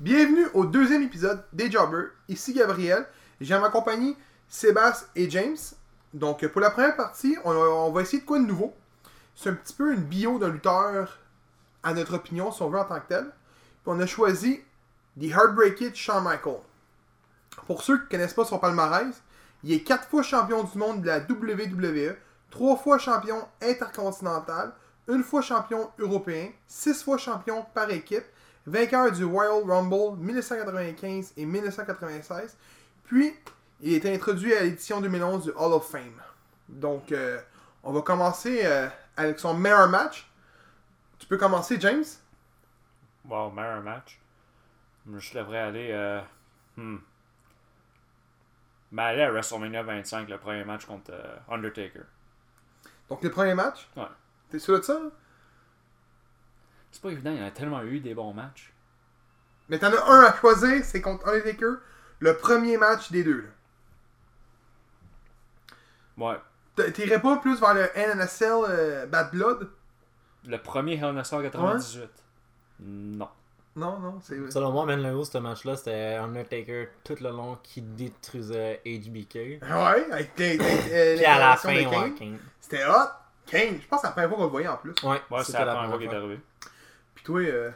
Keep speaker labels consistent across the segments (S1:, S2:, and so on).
S1: Bienvenue au deuxième épisode des Jobbers. Ici Gabriel. J'ai ma compagnie Sébastien et James. Donc pour la première partie, on, on va essayer de quoi de nouveau. C'est un petit peu une bio d'un lutteur à notre opinion, si on veut en tant que tel. Puis on a choisi The Heartbreak Kid Shawn Michaels. Pour ceux qui ne connaissent pas son palmarès, il est quatre fois champion du monde de la WWE, trois fois champion intercontinental, une fois champion européen, six fois champion par équipe, vainqueur du Royal Rumble 1995 et 1996. Puis, il est introduit à l'édition 2011 du Hall of Fame. Donc, euh, on va commencer euh, avec son meilleur match. Tu peux commencer, James?
S2: Wow, meilleur match. Je devrais aller. Euh, hmm. Mais aller à WrestleMania 25, le premier match contre euh, Undertaker.
S1: Donc, le premier match?
S2: Ouais.
S1: T'es sûr de ça?
S2: C'est pas évident, il y en a tellement eu des bons matchs.
S1: Mais t'en as un à choisir, c'est contre Undertaker, le premier match des deux. là.
S2: Ouais.
S1: T- T'irais pas plus vers le NNSL euh, Bad Blood?
S2: Le premier Hell in a Cell 98. Non.
S1: Non, non, c'est vrai.
S3: Selon moi, man, le gros, ce match-là, c'était Undertaker tout le long qui détruisait HBK.
S1: Ouais, avec les- les-
S3: Puis à la
S1: l'intervention
S3: fin,
S1: de Kane.
S3: ouais, King.
S1: C'était hot. Kane, je pense que c'est la première fois qu'on le voyait en plus.
S3: Ouais,
S2: Ouais, c'est
S3: c'était
S2: la
S3: la
S2: première fois qu'il
S3: première
S2: est
S3: fois.
S2: arrivé.
S1: Puis toi, euh,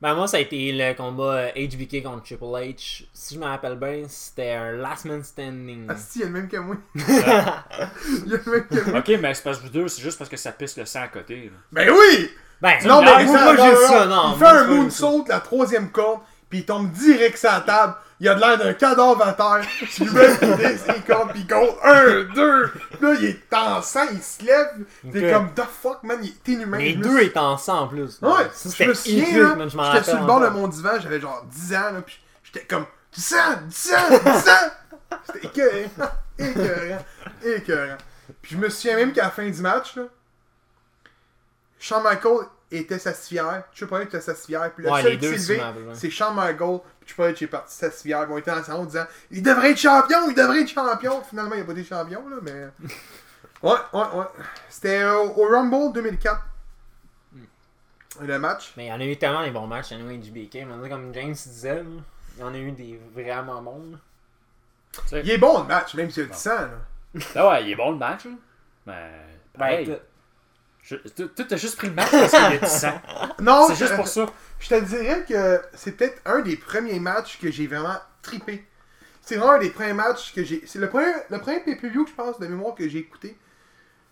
S3: Ben, moi, ça a été le combat euh, HBK contre Triple H. Si je me rappelle bien, c'était un Last Man Standing.
S1: Asti, il a le même que moi. il a le même que moi.
S2: ok, mais c'est parce que vous deux, c'est juste parce que ça pisse le sang à côté. là.
S1: Ben oui!
S3: Ben,
S1: Non,
S3: moi,
S1: mais
S3: moi, j'ai dit ça, non.
S1: Il fait
S3: moi,
S1: un
S3: j'ai pas eu ça.
S1: moonsault, la troisième corde, puis il tombe direct sur la table. Il a de l'air d'un cadavre à terre. Puis lui, il met ses cordes, puis il compte 1, 2. Là, il est en sang, il se lève. T'es
S3: Ok.
S1: comme, the fuck, man, il est inhumain.
S3: Les
S1: Je me
S3: deux
S1: suis-
S3: étaient ensemble en plus.
S1: Ouais,
S3: Ça,
S1: je me
S3: c'était
S1: souviens,
S3: hideous,
S1: là,
S3: man, je m'en
S1: j'étais sur
S3: rappelle
S1: le bord de
S3: encore.
S1: mon divan, j'avais genre 10 ans, là, puis j'étais comme, 10 ans, 10 ans, 10 ans! C'était écœurant, écœurant, écœurant. Puis je me souviens même qu'à la fin du match, là, Shawn Michaels était satisfier, Triple H était satisfier, puis le
S3: Ouais,
S1: seul
S3: les
S1: qui
S3: deux,
S1: s'est
S3: si je
S1: levé,
S3: m'en rappelle bien.
S1: c'est Shawn Michaels, puis Triple H est parti satisfier, puis on était ensemble en disant, il devrait être champion, il devrait être champion! Finalement, il n'a pas été champion, là, mais... Ouais, ouais, ouais. C'était euh, au Rumble 2004.
S3: Hmm.
S1: Le match.
S3: Mais il y en a eu tellement des bons matchs, il y en a eu HBK. Mais comme James disait, là, il y en a eu des vraiment bons. là.
S1: Il est bon le match, même si il a 10 ans. Là.
S2: Ah ouais, il est bon le match. là. Mais.
S3: Ben,
S2: pareil. Je- tu- tu t'as juste pris le match parce qu'il y a du sang.
S1: Non, euh,
S2: C'est juste
S1: je-
S2: pour ça.
S1: Je te dirais que c'est peut-être un des premiers matchs que j'ai vraiment tripé. C'est vraiment un des premiers matchs que j'ai. C'est le premier, le premier pay-per-view, je pense, de mémoire que j'ai écouté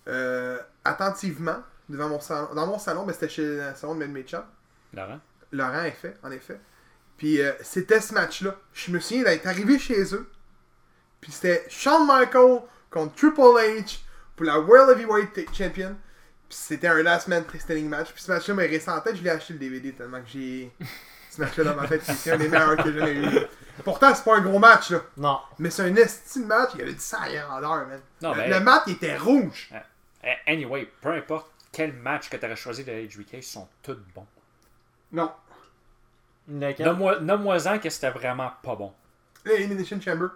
S1: euh, attentivement devant mon salon, dans mon salon. mais c'était chez le salon de mes- de mes chums.
S2: Laurent.
S1: Laurent, en effet, en effet. Puis euh, c'était ce match-là. Je me souviens d'être arrivé chez eux. Puis c'était Shawn Michaels contre Triple H pour la World Heavyweight Champion. Puis c'était un last man standing match. Puis ce match-là m'est resté en tête. Je l'ai acheté le DVD tellement que j'ai ce match-là dans ma tête. puis C'est un des meilleurs que j'ai jamais eu. Pourtant, c'est pas un gros match, là.
S3: Non.
S1: Mais c'est un estime match. Il y avait du sang à grandeur, man.
S2: Non,
S1: le,
S2: mais-
S1: le mat, il était rouge.
S2: Eh, Anyway, peu importe quel match que t'aurais choisi de HBK, ils sont tous bons.
S1: Non.
S3: Lequel?
S2: Nomme-moi- Nomme-moi-en que c'était vraiment pas bon.
S1: Elimination Chamber.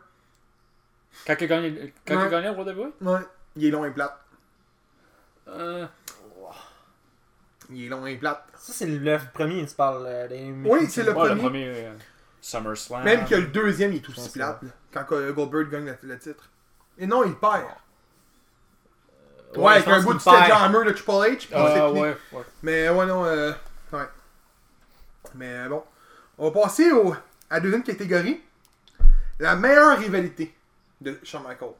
S2: Quand il a gagné, quand il a
S1: Ouais.
S2: gagné au World Heavyweight?
S1: Ouais. Il est long et plate.
S2: Euh,
S1: Il est long et plate.
S3: Ça, c'est le premier, tu parles euh, des.
S1: Oui, c'est le
S2: ouais, le
S1: premier.
S2: premier euh, SummerSlam.
S1: Même que le deuxième, il est
S3: Ah, pense
S1: aussi
S3: que
S1: plate, là, quand euh, Goldberg gagne le, le titre. Et non, il perd. Ouais,
S3: Euh,
S1: avec
S3: je pense
S1: un bout
S3: qu'il
S1: de stage
S3: perd.
S1: hammer de Triple H, puis c'est
S2: Ah
S1: fini.
S2: ouais, ouais.
S1: Mais ouais, non, euh, ouais. Mais euh, bon. On va passer au, à la deuxième catégorie. La meilleure rivalité de Shawn Michaels.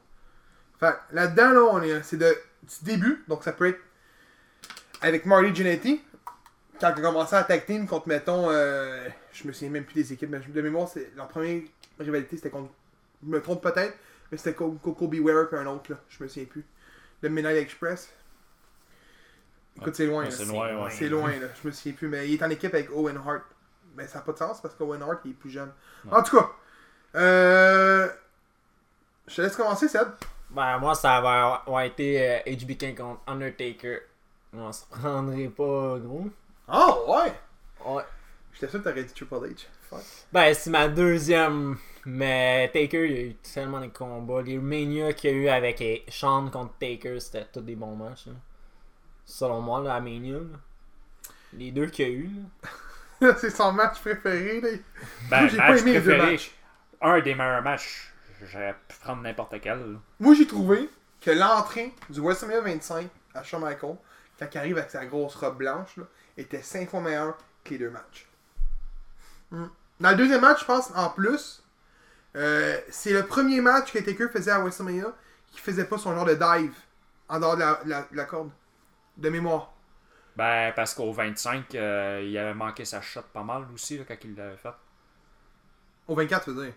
S1: Fait que là-dedans, là, on est, c'est de, du début, donc ça peut être avec Marty Jannetty, quand il a commencé à tag team contre, mettons, euh, je me souviens même plus des équipes, mais je- de mémoire, c'est, leur première rivalité, c'était contre, je me trompe peut-être, mais c'était contre Coco Beware puis un autre, là, je me souviens plus. Le Midnight Express. Écoute, c'est loin.
S2: Ouais,
S1: là.
S2: c'est loin, ouais.
S1: C'est loin, là. Je me souviens plus. Mais il est en équipe avec Owen Hart. Mais ça n'a pas de sens parce qu'Owen Hart, il est plus jeune. En tout cas, euh, je te laisse commencer, Seb.
S3: Ben, moi, ça va avoir été euh, HBK contre Undertaker. On se prendrait pas, gros.
S1: Oh, ouais!
S3: Ouais.
S1: J'étais sûr que t'aurais dit Triple H. Fuck.
S3: Ben, c'est ma deuxième. Mais Taker, il y a eu tellement de combats. Les Mania qu'il y a eu avec eh, Shawn contre Taker, c'était tous des bons matchs. là. Selon moi, là, à Mania. là. Les deux qu'il y a eu. là.
S1: c'est son match préféré. Là.
S2: Ben,
S1: j'ai pas
S2: match
S1: aimé les deux
S2: préféré,
S1: matchs.
S2: un des meilleurs matchs, j'aurais pu prendre n'importe quel. là.
S1: Moi, j'ai trouvé que l'entrée du WrestleMania 25 à Shawn Michaels, quand il arrive avec sa grosse robe blanche, là, était 5 fois meilleur que les deux matchs. Hmm. Dans le deuxième match, je pense, en plus, euh, c'est le premier match que Taker faisait à WrestleMania qui faisait pas son genre de dive en dehors de la, la- la corde. De mémoire.
S2: Ben, parce qu'au 25, euh, il avait manqué sa shot pas mal aussi là, quand il l'avait fait.
S1: Au 24, je veux dire.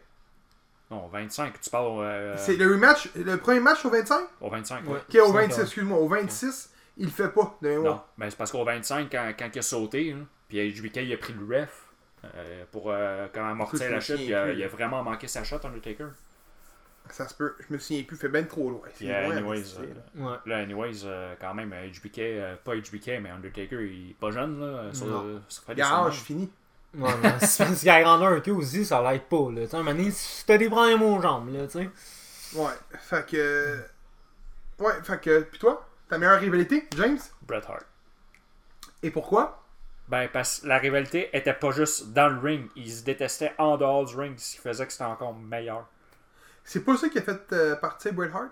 S2: Non, au 25, tu parles au, euh,
S1: C'est le rematch, le premier match au 25
S2: au 25.
S3: Ouais.
S2: ouais.
S1: Qui est au
S3: C'est
S1: 26,
S3: encore-
S1: excuse-moi. Au 26, il le fait pas, de mémoire.
S2: Non, ben, c'est parce qu'au 25, quand, quand il a sauté, hein, puis HBK il a pris le ref euh, pour euh, comme
S1: Écoute,
S2: amortir
S1: je me
S2: la chute,
S1: souviens
S2: il a,
S1: plus.
S2: il a vraiment manqué sa shot, Undertaker.
S1: Ça se peut. Je me souviens plus, fait ben trop loin. C'est
S2: Puis, euh,
S1: loin à
S2: anyways,
S1: décider,
S2: euh,
S1: là.
S3: Ouais.
S2: Là, anyways, euh, quand même, euh, HBK, euh, pas HBK, mais Undertaker, il est pas jeune, là. Sur,
S1: Non.
S2: sur Friday
S1: Garage,
S2: Summer.
S1: fini.
S3: Ouais, mais c'est parce qu'à la grandeur un peu aussi, ça l'aide pas, là. Tu sais, à un moment donné, si t'as des problèmes aux jambes, là, tu sais.
S1: Ouais, fait que. Ouais, fait que. Puis toi, ta meilleure rivalité, James
S2: Bret Hart.
S1: Et pourquoi
S2: Ben, parce que la rivalité était pas juste dans le ring. Ils se détestaient en dehors du ring, ce qui faisait que c'était encore meilleur.
S1: C'est pas ça qui a fait euh, partir Bret Hart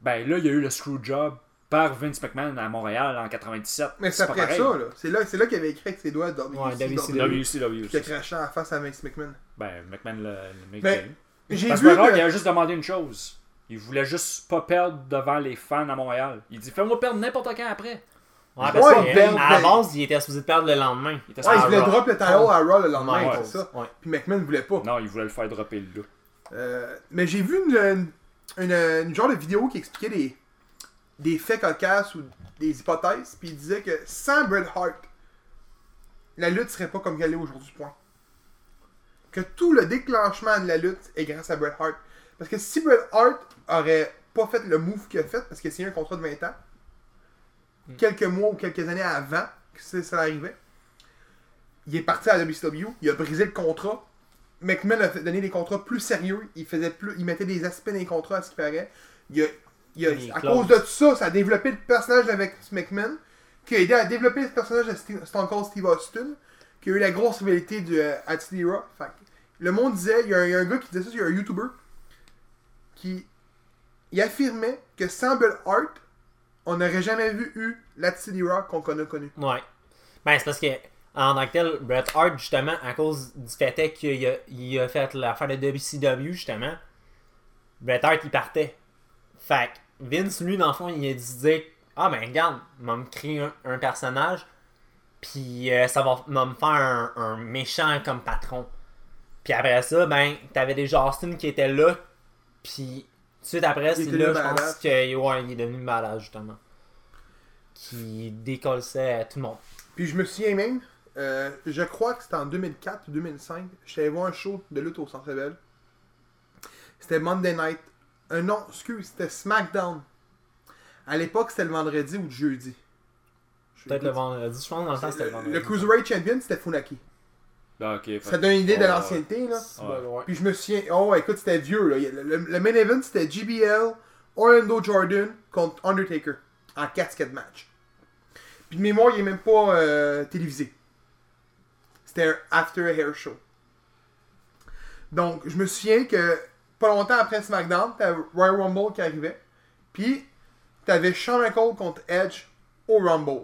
S2: Ben, là, il y a eu le screwjob par Vince McMahon à Montréal en 97.
S1: Mais c'est
S2: pas
S1: après
S2: pareil.
S1: ça, là. C'est là, c'est là qu'il avait écrit avec ses doigts dans
S3: Ouais, WCW.
S2: WCW.
S1: Qui a
S2: c'est ça.
S1: craché en face à Vince McMahon.
S2: Ben, McMahon le, le mec.
S1: Ben,
S2: qu'il a eu.
S1: J'ai
S2: Parce
S1: vu.
S2: que Bret Hart, il
S1: que-
S2: a juste demandé une chose. Il voulait juste pas perdre devant les fans à Montréal. Il dit Fais-moi perdre n'importe quand après.
S3: Ouais, parce
S1: Ouais,
S3: que,
S1: ben,
S3: à la
S1: ben.
S3: base, il était supposé de perdre le lendemain.
S2: Il était
S1: Ouais, il
S2: à
S1: voulait
S2: Raw.
S1: drop le title à Raw le lendemain,
S2: Ouais.
S1: c'est ça.
S3: Ouais.
S1: Puis McMahon voulait pas.
S2: Non, il voulait le faire dropper là.
S1: Euh, mais j'ai vu une, une- une- une genre de vidéo qui expliquait des, des faits cocasses ou des hypothèses, puis il disait que sans Bret Hart, la lutte serait pas comme qu'elle est aujourd'hui, point. Que tout le déclenchement de la lutte est grâce à Bret Hart. Parce que si Bret Hart aurait pas fait le move qu'il a fait, parce qu'il a signé un contrat de 20 ans, quelques mois ou quelques années avant que ça, ça arrivait, il est parti à la WCW, il a brisé le contrat, McMahon a fait- donné des contrats plus sérieux. Il faisait plus, il mettait des aspects dans les contrats à ce qu'il paraît. Il a- il a-
S3: Des
S1: à cause
S3: clauses.
S1: de tout ça, ça a développé le personnage avec McMahon, qui a aidé à développer le personnage de Steve- Stone Cold Steve Austin, qui a eu la grosse rivalité du euh, Attitude Era. Fait que le monde disait, il y, a, un- il y a un gars qui disait ça, il y a un YouTuber qui il affirmait que sans Bret Hart, on n'aurait jamais vu eu l'Attitude Era qu'on a connu.
S3: Ouais. Ben, c'est parce que, en tant que tel, Bret Hart, justement, à cause du fait est qu'il a, il a fait l'affaire de WCW, justement, Bret Hart, il partait. Fait que Vince, lui, dans le fond, il a dit dire, Ah, ben, regarde, m'a me créer un, un personnage, puis euh, ça va m'a me faire un, un méchant comme patron. Puis après ça, ben, t'avais déjà Austin qui était là, puis tout de suite après, c'est
S1: était
S3: là,
S1: le
S3: je pense
S1: badass.
S3: que, ouais, il est devenu malade, justement. Qui décollissait à tout le monde.
S1: Puis je me souviens même, euh, je crois que c'était en 2004 ou 2005, je suis allé voir un show de lutte au Centre Bell. C'était Monday Night. Euh, non, excuse, c'était SmackDown. À l'époque, c'était le vendredi ou le jeudi. Je-
S3: Peut-être le vendredi, je pense, dans le temps, c'était le
S1: Le,
S3: vendredi.
S1: le Cruiserweight Champion, c'était Funaki.
S2: Ah, ok.
S1: Ça donne une idée de
S2: Ouais,
S1: l'ancienneté, là.
S3: C'est pas loin.
S1: Puis je me souviens, oh écoute, c'était vieux, là. Le, le- le main event, c'était JBL, Orlando Jordan contre Undertaker en 4 match. Puis de mémoire, il est même pas euh, télévisé. C'était un after hair show. Donc, je me souviens que pas longtemps après SmackDown, t'avais Royal Rumble qui arrivait. Puis, t'avais Shawn Michaels contre Edge au Rumble.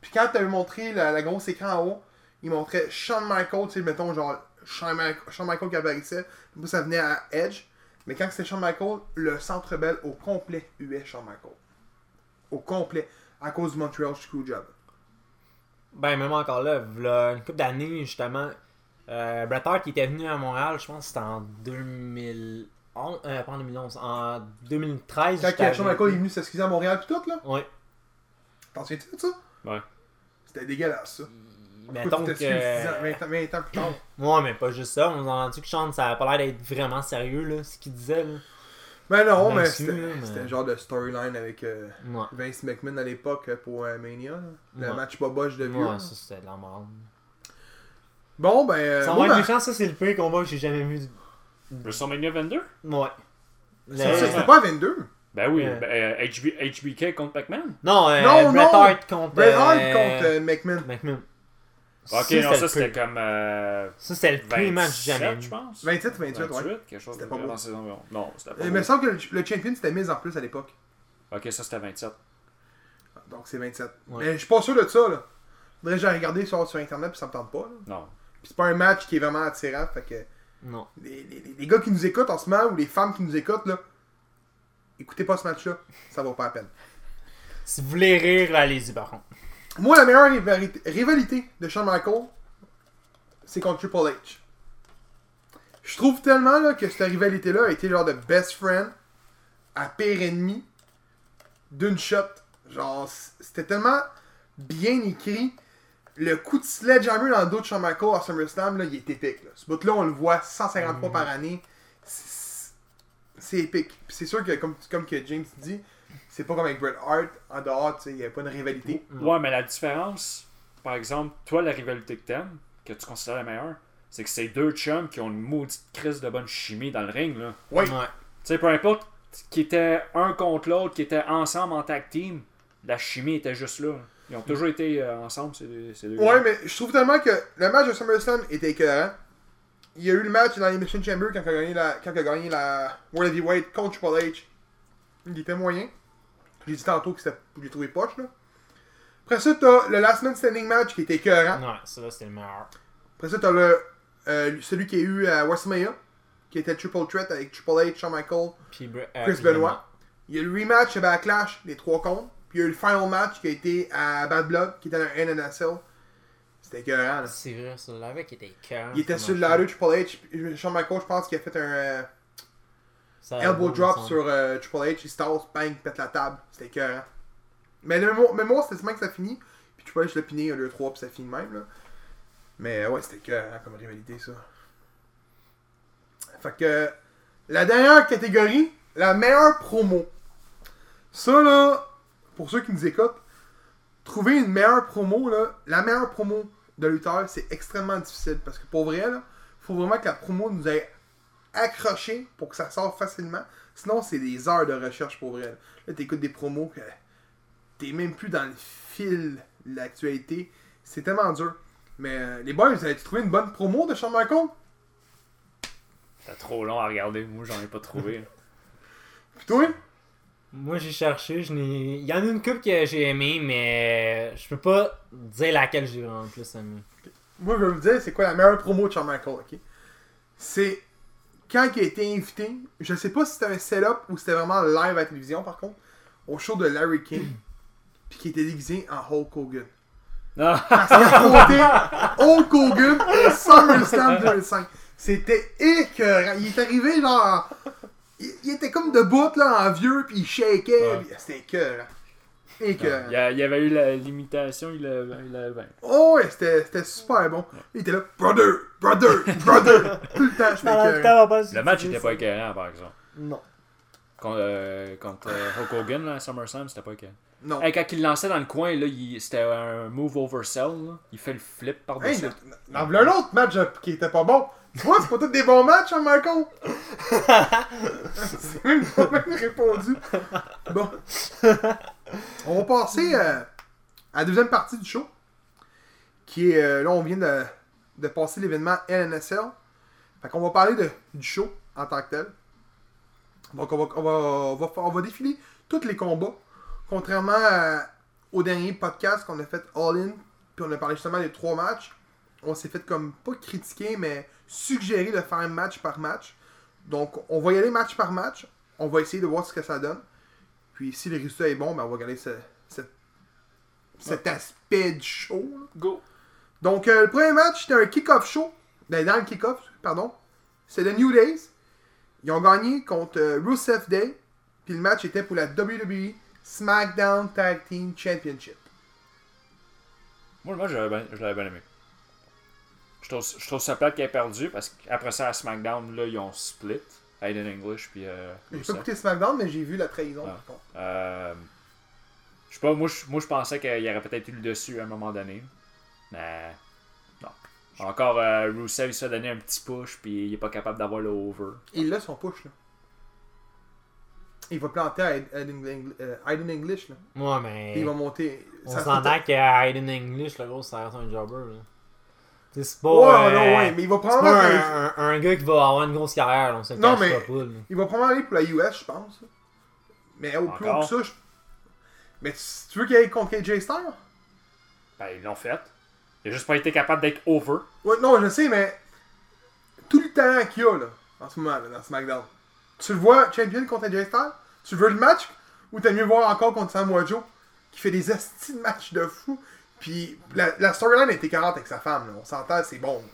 S1: Puis quand t'avais montré la, la grosse écran en haut, il montrait Shawn Michaels, tu sais, mettons, genre, Shawn, Michael Michaels qui apparaissait, puis ça venait à Edge. Mais quand c'était Shawn Michaels, le centre belle au complet huait Shawn Michaels. Au complet. À cause du Montreal Screwjob.
S3: Ben, même encore là, v'là une couple d'années, justement, euh, Bret Hart, qui était venu à Montréal, je pense que c'était en 2011, euh, pas en 2011, en 2013.
S1: Quand
S3: j'étais
S1: que Shawn
S3: avec-
S1: Michaels est venu s'excuser à Montréal pis tout, là.
S3: Ouais.
S1: T'en souviens-tu de ça?
S2: Ouais.
S1: C'était dégueulasse, ça.
S3: Mettons
S1: Pourquoi
S3: que.
S1: tu t'excuses 10 ans- 20 ans 20 ans plus tard.
S3: Ouais, mais pas juste ça. On nous a entendu que Sean, ça a pas l'air d'être vraiment sérieux, là, ce qu'il disait, là.
S1: Ben non,
S3: Ben,
S1: mais
S3: si,
S1: c'était
S3: mais-
S1: c'était le genre de storyline avec euh,
S3: Ouais.
S1: Vince McMahon à l'époque euh, pour euh, Mania. là. Le
S3: Ouais.
S1: match boboche de vieux.
S3: Ouais, ça, c'était de la merde.
S1: Bon, ben. euh,
S3: Ça
S1: moi,
S3: va être
S1: ma-
S3: méchant, ça, c'est le pire combat que j'ai jamais vu.
S2: WrestleMania 22
S3: Ouais.
S1: Ça,
S3: Le-
S1: C'était pas à 22.
S2: Ben oui,
S3: Euh.
S2: ben, euh, HB HBK contre McMahon.
S3: Non, euh,
S1: Non,
S3: Bret
S1: non. Ben,
S3: Hart contre.
S1: Bret Hart
S3: euh,
S1: contre euh, McMahon.
S3: McMahon.
S2: Ok,
S3: Ça,
S2: non,
S3: c'était
S2: ça
S3: le
S2: c'était
S3: pire.
S2: comme. Euh,
S3: Ça, c'était le pire match
S2: 27,
S3: jamais.
S2: je pense.
S1: 27
S3: Ben,
S1: 28, ouais.
S2: 28, quelque chose
S1: C'était
S2: comme
S1: pas
S2: ça
S1: beau.
S2: dans ces environs. Non, c'était pas
S1: Il me
S2: beau.
S1: semble que le, le champion c'était mis en plus à l'époque.
S2: Ok, ça c'était 27.
S1: Donc c'est 27.
S3: Ouais.
S1: Mais je suis pas sûr de ça, là. Faudrait que j'ai regardé sur, sur internet puis ça me tente pas. là.
S2: Non.
S1: Puis c'est pas un match qui est vraiment attirant. Fait que
S3: Non.
S1: les, les- les gars qui nous écoutent en ce moment ou les femmes qui nous écoutent, là, écoutez pas ce match-là. Ça vaut pas la peine.
S3: Si vous voulez rire, allez-y par contre.
S1: Moi, la meilleure rivalité- rivalité de Shawn Michaels, c'est contre Triple H. Je trouve tellement là, que cette rivalité-là a été genre de best friend à pire ennemi d'une shot. Genre, c- c'était tellement bien écrit. Le coup de sledgehammer dans le dos de Shawn Michaels à SummerSlam, là, il est épique. là. Ce bout-là, on le voit 150 fois par année. C'est c'est épique. Puis c'est sûr que, comme, comme que James dit, c'est pas comme avec Bret Hart. En dehors, tu sais, il n'y avait pas une rivalité.
S2: Ouais, mais la différence, par exemple, toi, la rivalité que t'aimes, que tu considères la meilleure, c'est que c'est deux chums qui ont une maudite crise de bonne chimie dans le ring, là.
S1: Oui.
S2: Tu
S3: Ouais.
S2: sais, peu importe qui était un contre l'autre, qui était ensemble en tag team, la chimie était juste là. Ils ont toujours été euh, ensemble, ces deux. ces deux
S1: Ouais,
S2: gars.
S1: mais je trouve tellement que le match de SummerSlam était écœurant. Il y a eu le match dans l'Elimination Chamber quand il a gagné la, quand il a gagné la World Heavyweight contre Triple H. Il était moyen. J'ai dit tantôt que c'était- j'ai trouvé poche, là. Après ça, t'as le Last Man Standing match qui était écœurant.
S3: Non, ça là, c'était le meilleur.
S1: Après ça, t'as le, euh, celui qui a eu à WrestleMania, qui était Triple Threat avec Triple H, Shawn Michaels,
S3: Puis, Bre- euh,
S1: Chris
S3: puis
S1: Benoit. Il y a eu le rematch à Backlash, les trois comptes. Puis il y a eu le final match qui a été à Bad Blood, qui était dans un NNSL. C'était écœurant, là.
S3: C'est vrai, ça là avec était cœur.
S1: Il était sur le ladder Triple H. puis Shawn Michaels, je pense qu'il a fait un euh, elbow drop sur euh, Triple H. Il se tasse, bang, il pète la table. C'était écœurant. Mais le mémo- mémoire, c'était semaine que ça finit. Puis Triple H l'a piné 1-2-3, puis ça finit de même. Là. Mais euh, ouais, c'était écœurant comme rivalité, ça. Fait que la dernière catégorie, la meilleure promo. Ça, là, pour ceux qui nous écoutent, trouver une meilleure promo, là, la meilleure promo de lutteur, c'est extrêmement difficile. Parce que pour vrai, là, faut vraiment que la promo nous ait accroché pour que ça sorte facilement. Sinon, c'est des heures de recherche pour vrai. Là, Là, t'écoutes des promos que t'es même plus dans le fil de l'actualité. C'est tellement dur. Mais euh, les boys, vous avez trouvé une bonne promo de Shawn Michaels?
S2: C'était trop long à regarder, moi, j'en ai pas trouvé. là.
S1: Puis toi?
S3: Moi, j'ai cherché. Je n'ai... Il y en a une coupe que j'ai aimée, mais je peux pas dire laquelle j'ai vraiment le plus aimée.
S1: Moi, je vais vous dire, c'est quoi la meilleure promo de Shawn Michaels, ok? C'est quand il a été invité, je sais pas si c'était un setup ou c'était vraiment live à la télévision, par contre, au show de Larry King, puis qu'il était déguisé en Hulk Hogan.
S2: Non.
S1: Parce qu'il a affronté Hulk Hogan au SummerSlam 2005. C'était écœurant. Il est arrivé, genre... Il, il était comme debout, là, en vieux, puis il shakeait.
S2: Ouais.
S1: puis- C'était écœurant. Écœurant.
S2: Il y, a- il y avait eu la- l'imitation, il l'a il l'a vaincu.
S1: Oh ouais, c'était c'était super bon. Il était là, brother, brother, brother, tout le temps, je
S3: Ah,
S1: m'écœure.
S2: Le match était pas écœurant, par exemple.
S3: Non.
S2: Contre, euh, contre euh, Hulk Hogan, là, à SummerSlam, c'était pas écœurant.
S1: Non.
S2: Hey, quand il lançait dans le coin, là, il- c'était un move oversell. là. Il fait le flip
S1: Hey,
S2: par-dessus.
S1: dans dans le l'autre match euh, qui était pas bon. Tu vois, c'est pas tous des bons matchs, hein, Michael? c'est même pas même répondu. Bon. On va passer euh, à la deuxième partie du show. Qui est, euh, là, on vient de, de passer l'événement LNSL. Fait qu'on va parler de, du show en tant que tel. Donc, on va, on va, on va, on va défiler tous les combats. Contrairement à- au dernier podcast qu'on a fait All In, puis on a parlé justement des trois matchs, on s'est fait comme, pas critiquer, mais suggérer de faire match par match. Donc, on va y aller match par match. On va essayer de voir ce que ça donne. Puis, si le résultat est bon, ben, on va regarder ce- ce- cet aspect du show. là.
S2: Go!
S1: Donc, euh, le premier match, c'était un kick-off show. Ben, dans le kick-off, pardon. C'est le New Days. Ils ont gagné contre euh, Rusev Day. Puis le match était pour la WWE SmackDown Tag Team Championship.
S2: Moi, le match, j'avais bien- je l'avais bien aimé. Je trouve, je trouve ça plate qu'il ait perdu parce qu'après ça, à SmackDown, là, ils ont split. Aiden English, puis. Euh,
S1: J'ai pas
S2: Rusev.
S1: écouté SmackDown, mais j'ai vu la trahison.
S2: Ah.
S1: par contre.
S2: Euh, je sais pas, moi, je, moi, je pensais qu'il y aurait peut-être eu le dessus à un moment donné. Mais. Non. Encore, euh, Rusev, il se fait donner un petit push, puis il est pas capable d'avoir le over.
S1: Il l'a son push, là. Il va planter à Ed- Ed Engl- euh, Aiden English, là.
S3: Moi,
S1: Puis il va
S3: mais.
S1: monter.
S3: On
S1: Ça-
S3: s'entend qu'à Hayden English, le gros, ça reste un jobber. là. Tu sais, C'est pas.
S1: Ouais,
S3: euh,
S1: non, ouais, mais il va
S3: c'est
S1: probablement.
S3: pas un,
S1: faire-
S3: un- un gars qui va avoir une grosse carrière, là, on se le
S1: Non,
S3: cache
S1: mais-
S3: pas, poule, là.
S1: Il va probablement aller pour la US, je pense. Mais au plus haut
S2: Encore?
S1: que ça, je... Mais tu, tu veux qu'il aille contre KJ Styles?
S2: Ben, ils l'ont fait. Il a juste pas été capable d'être over.
S1: Ouais, non, je sais, mais tout le talent qu'il y a là, en ce moment, là, dans SmackDown, tu le vois champion contre AJ Styles Tu veux le match ou t'aimes mieux voir encore contre Samoa Joe qui fait des astis de matchs de fou? Puis la, la storyline était 40 avec sa femme, là. on s'entend, c'est bon.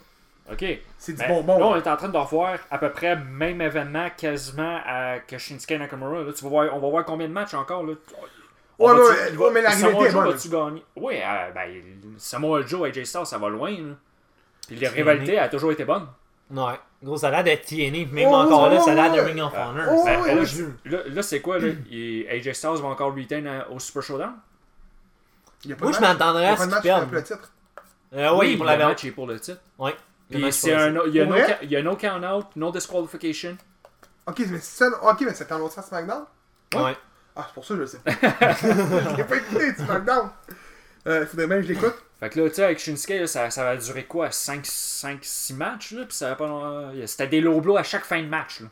S2: OK.
S1: C'est du
S2: Ben,
S1: bonbon.
S2: Là, on
S1: là.
S2: est en train de revoir à peu près même événement quasiment à que Shinsuke Nakamura. Là, tu vas voir, on va voir combien de matchs encore. Là. On
S1: Ouais,
S2: va-tu-
S1: ouais,
S2: il
S1: ouais, mais la
S2: Samoa
S1: rivalité est
S2: Joe
S1: bonne,
S2: va-tu gagner? Oui, euh, ben, Samoa Joe et AJ Styles, ça va loin. là. Puis la rivalité a toujours été bonne.
S3: Ouais. Gros, ça a l'air de TNA, même
S1: Oh,
S3: encore là,
S1: ouais,
S3: ça a l'air
S1: ouais.
S3: de Ring of Honor.
S1: Oh,
S3: Ça-
S1: ouais,
S3: là,
S1: ouais.
S3: je-
S2: Ben, Là, là, c'est quoi? Là? Il- AJ Styles va encore retain à- au Super Showdown?
S1: Il y a pas
S3: Moi,
S1: de
S3: je
S1: match.
S3: m'attendrais
S1: Il y a
S3: à
S1: pas
S3: ce
S1: de
S3: qu'il
S1: match pour
S3: perde.
S1: le titre.
S3: Euh, ouais,
S2: Oui,
S3: pour
S2: le
S3: la belt.
S2: match est pour le titre.
S3: Ouais. Le
S2: Puis
S3: match
S2: c'est
S3: pour la
S2: un,
S3: belt.
S2: no- il, y a
S1: Pour
S2: no,
S1: vrai?
S2: il y a no count-out, no disqualification.
S1: Ok, mais c'est ça, ok, mais c'est annoncé à SmackDown?
S3: Ouais.
S1: Ah, c'est pour ça que je le sais pas. je l'ai pas écouté, du SmackDown. Euh, faudrait bien que je l'écoute.
S2: Fait que là, tu sais, avec Shinsuke, là, ça, ça va durer quoi 5-6 matchs, là Puis ça va pas. euh, C'était des low blows à chaque fin de match, là.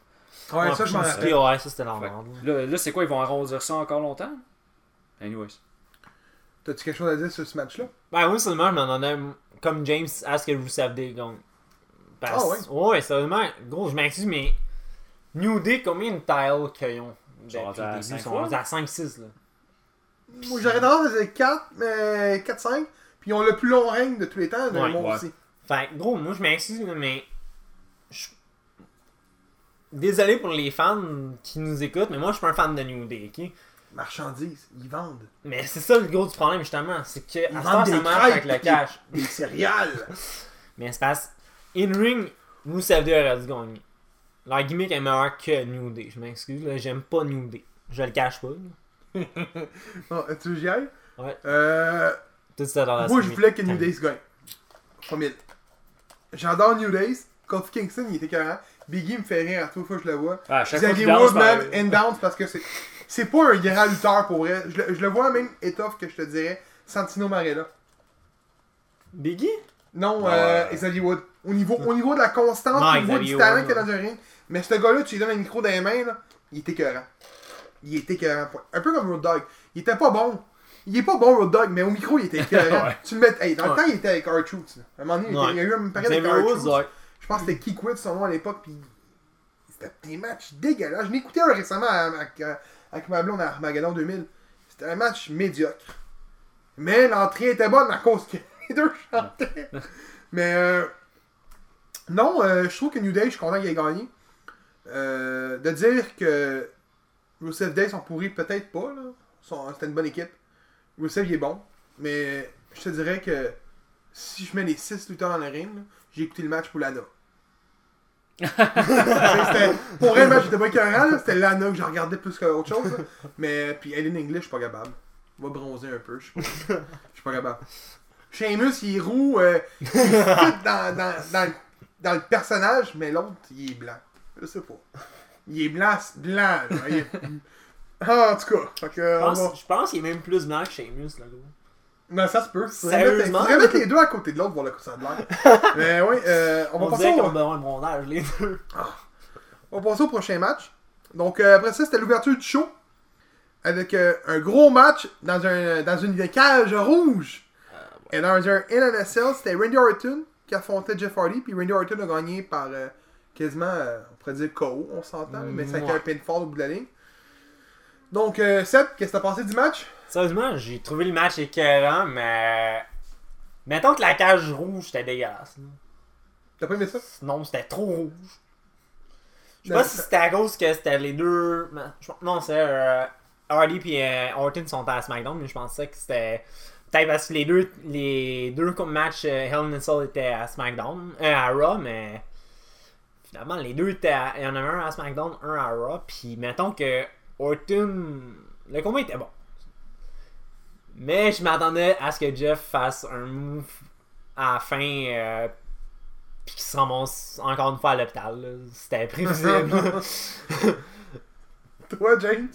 S1: Ouais, ça, je m'en
S3: Shinsuke,
S1: rappelle.
S3: Ouais, ça, c'était
S2: Fait
S3: normal.
S2: que là, là, c'est quoi Ils vont arrondir ça encore longtemps Anyways.
S1: T'as-tu quelque chose à dire sur ce match-là?
S3: Ben, moi, seulement, je m'en donnais comme James à ce que Rusev Day gagne. Parce...
S1: Ah ouais?
S3: Ouais, seulement, gros, je m'excuse, mais New Day, combien de tiles qu'ils ont
S2: Ils sont rendus
S3: le
S2: à
S3: début?
S2: cinq
S3: Ils sont
S2: fois,
S3: rendus à 5-6, là.
S1: Moi, j'aurais tendance à dire 4, mais 4-5. Puis ils ont le plus long règne de tous les temps dans
S3: Ouais,
S1: le monde
S2: ouais.
S1: aussi.
S3: Fait que, gros, moi, je m'excuse, là, mais. je- Désolé pour les fans qui nous écoutent, mais moi, je suis pas un fan de New Day, ok?
S1: Marchandises, ils vendent.
S3: Mais c'est ça le gros du problème, justement. C'est que,
S1: Ils
S3: à ce
S1: vendent
S3: temps,
S1: des
S3: ça marche
S1: crêpes
S3: avec le
S1: et-
S3: cash.
S1: Des céréales.
S3: Mais c'est parce In-ring, Rusev Day aurait dû gagner. Leur gimmick est meilleur que New Day. Je m'excuse, là, j'aime pas New Day. Je le cache pas. là.
S1: Bon, Ah, tu veux que j'y aille?
S3: Ouais. Ah,
S1: Euh,
S3: Tout ça dans la
S1: moi, je
S3: semaine.
S1: voulais que New Days gagne. 3000. J'adore New Days. Kofi Kingston, il était carré. Biggie me fait rire à toutes les fois que je le vois.
S2: Ah, à chaque
S1: Xavier
S2: fois qu'il
S1: Woods,
S2: danse,
S1: man,
S2: ben-
S1: and downs, parce que c'est... C'est pas un grand lutteur pour vrai. Je le, je le vois à la même étoffe que je te dirais Santino Marella.
S3: Biggie
S1: Non,
S2: Ouais.
S1: euh, Xavier Wood. Au niveau, au niveau de la constance,
S3: Non,
S1: au niveau
S3: Xavier
S1: du talent
S3: Wood,
S1: qu'il a dans un ring. Mais ce gars-là, tu lui donnes un micro dans les mains, là, il est écœurant. Il est écœurant. point. Un peu comme Road Dog. Il était pas bon. Il est pas bon, Road Dog, mais au micro, il était écœurant.
S2: Ouais.
S1: Tu le mets. Hey, dans le
S3: Ouais.
S1: temps, il était avec R-Truth. là. À un moment donné, il, était-
S3: Ouais.
S1: il y a eu une période avec
S3: Xavier Woods,
S1: R-Truth.
S3: ouais.
S1: Je pense que c'était Kikwit, son nom à l'époque. Puis c'était des matchs dégueulasses. Je l'écoutais un récemment à- avec, euh, avec ma blonde à Armageddon 2000. C'était un match médiocre. Mais l'entrée était bonne à cause que les deux chantaient. Mais euh, non, euh, je trouve que New Day, je suis content qu'il ait gagné. Euh, de dire que Rusev Day sont pourris, peut-être pas. là. Sont- C'était une bonne équipe. Rusev, il est bon. Mais je te dirais que si je mets les 6 lutteurs dans le ring, là, j'ai écouté le match pour Lana. C'était- pour vrai, le match était pas écœurant, là. c'était Lana que je regardais plus qu'autre chose. là. Mais puis Ellen English, je suis pas capable. On va bronzer un peu, je suis pas, je suis pas capable. Sheamus, il est roux, euh, il fit dans, dans, dans, le- dans le personnage, mais l'autre, il est blanc. Je sais pas. Il est blanc, blanc, là. Il est- Ah, en tout cas, fait que,
S3: Je
S1: on va-
S3: pense, je pense qu'il est même plus blanc que Sheamus, là, gros.
S1: non, ça se peut.
S3: Sérieusement?
S1: Faudrait mettre les deux à côté de l'autre pour le coup ça a de l'air. Mais oui, euh, on,
S3: On,
S1: va passer
S3: dirait
S1: au,
S3: qu'on a besoin de bronzage, les deux.
S1: on va passer au prochain match. Donc euh, après ça, c'était l'ouverture du show. Avec euh, un gros match dans, un, dans une cage rouge. Et dans un NNSL, c'était Randy Orton qui affrontait Jeff Hardy. Puis Randy Orton a gagné par euh, quasiment, euh, on pourrait dire KO, on s'entend. Mais ça a été un
S3: Ouais.
S1: pinfall au bout de la ligne. Donc, euh, Seth, qu'est-ce que t'as pensé du match?
S3: Sérieusement, j'ai trouvé le match écœurant, mais. Mettons que la cage rouge, c'était dégueulasse. là.
S1: T'as pas aimé ça?
S3: Non, c'était trop rouge. Je sais
S1: Non,
S3: pas si c'était à cause que c'était les deux. je pense- Non, c'est euh, Hardy et Orton sont à SmackDown, mais je pensais que c'était. Peut-être parce que les deux, les deux co- matchs euh, Hell in a Cell étaient à SmackDown, euh, à Raw, mais finalement les deux étaient. à- Il y en avait un à SmackDown, un à Raw, puis mettons que Orton. Le combat était bon. Mais je m'attendais à ce que Jeff fasse un move à la fin, euh, puis qu'il se ramasse encore une fois à l'hôpital. là. C'était prévisible.
S1: Toi, James,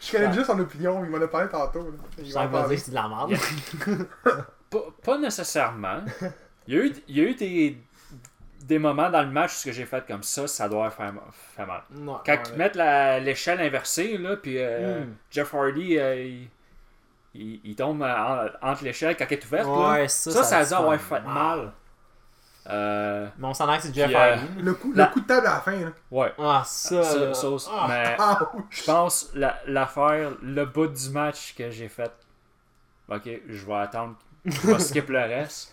S1: je connais
S3: Ouais.
S1: juste son opinion, il m'en a parlé tantôt. là. Il
S3: Je
S1: va en
S3: sais pas
S1: parler.
S3: dire que c'est de la merde.
S2: Pas, pas nécessairement. Il y a eu, il y a eu des, des moments dans le match où ce que j'ai fait comme ça, ça doit faire, ma- faire mal.
S3: Non,
S2: Quand
S3: ouais.
S2: ils mettent la- l'échelle inversée, là, puis euh,
S1: Hmm.
S3: Mm.
S2: Jeff Hardy, euh, il, il- il tombe euh, en- entre l'échelle quand elle est ouverte. là.
S3: Ouais,
S2: Ça,
S3: ça,
S2: ça,
S3: ça
S2: a dû avoir fait
S3: mal.
S2: mal. Euh,
S3: Mais on s'en a que c'est Jeff
S2: Puis, euh,
S3: Hardy.
S1: Le coup,
S2: La-
S1: le coup de table à la fin. Là.
S2: ouais.
S3: Ah, ça.
S2: Ça,
S3: là.
S2: ça aussi.
S3: Ah.
S2: Mais
S1: Ah,
S2: je pense la- l'affaire, le bout du match que j'ai fait, ok, je vais attendre, je vais skip le reste.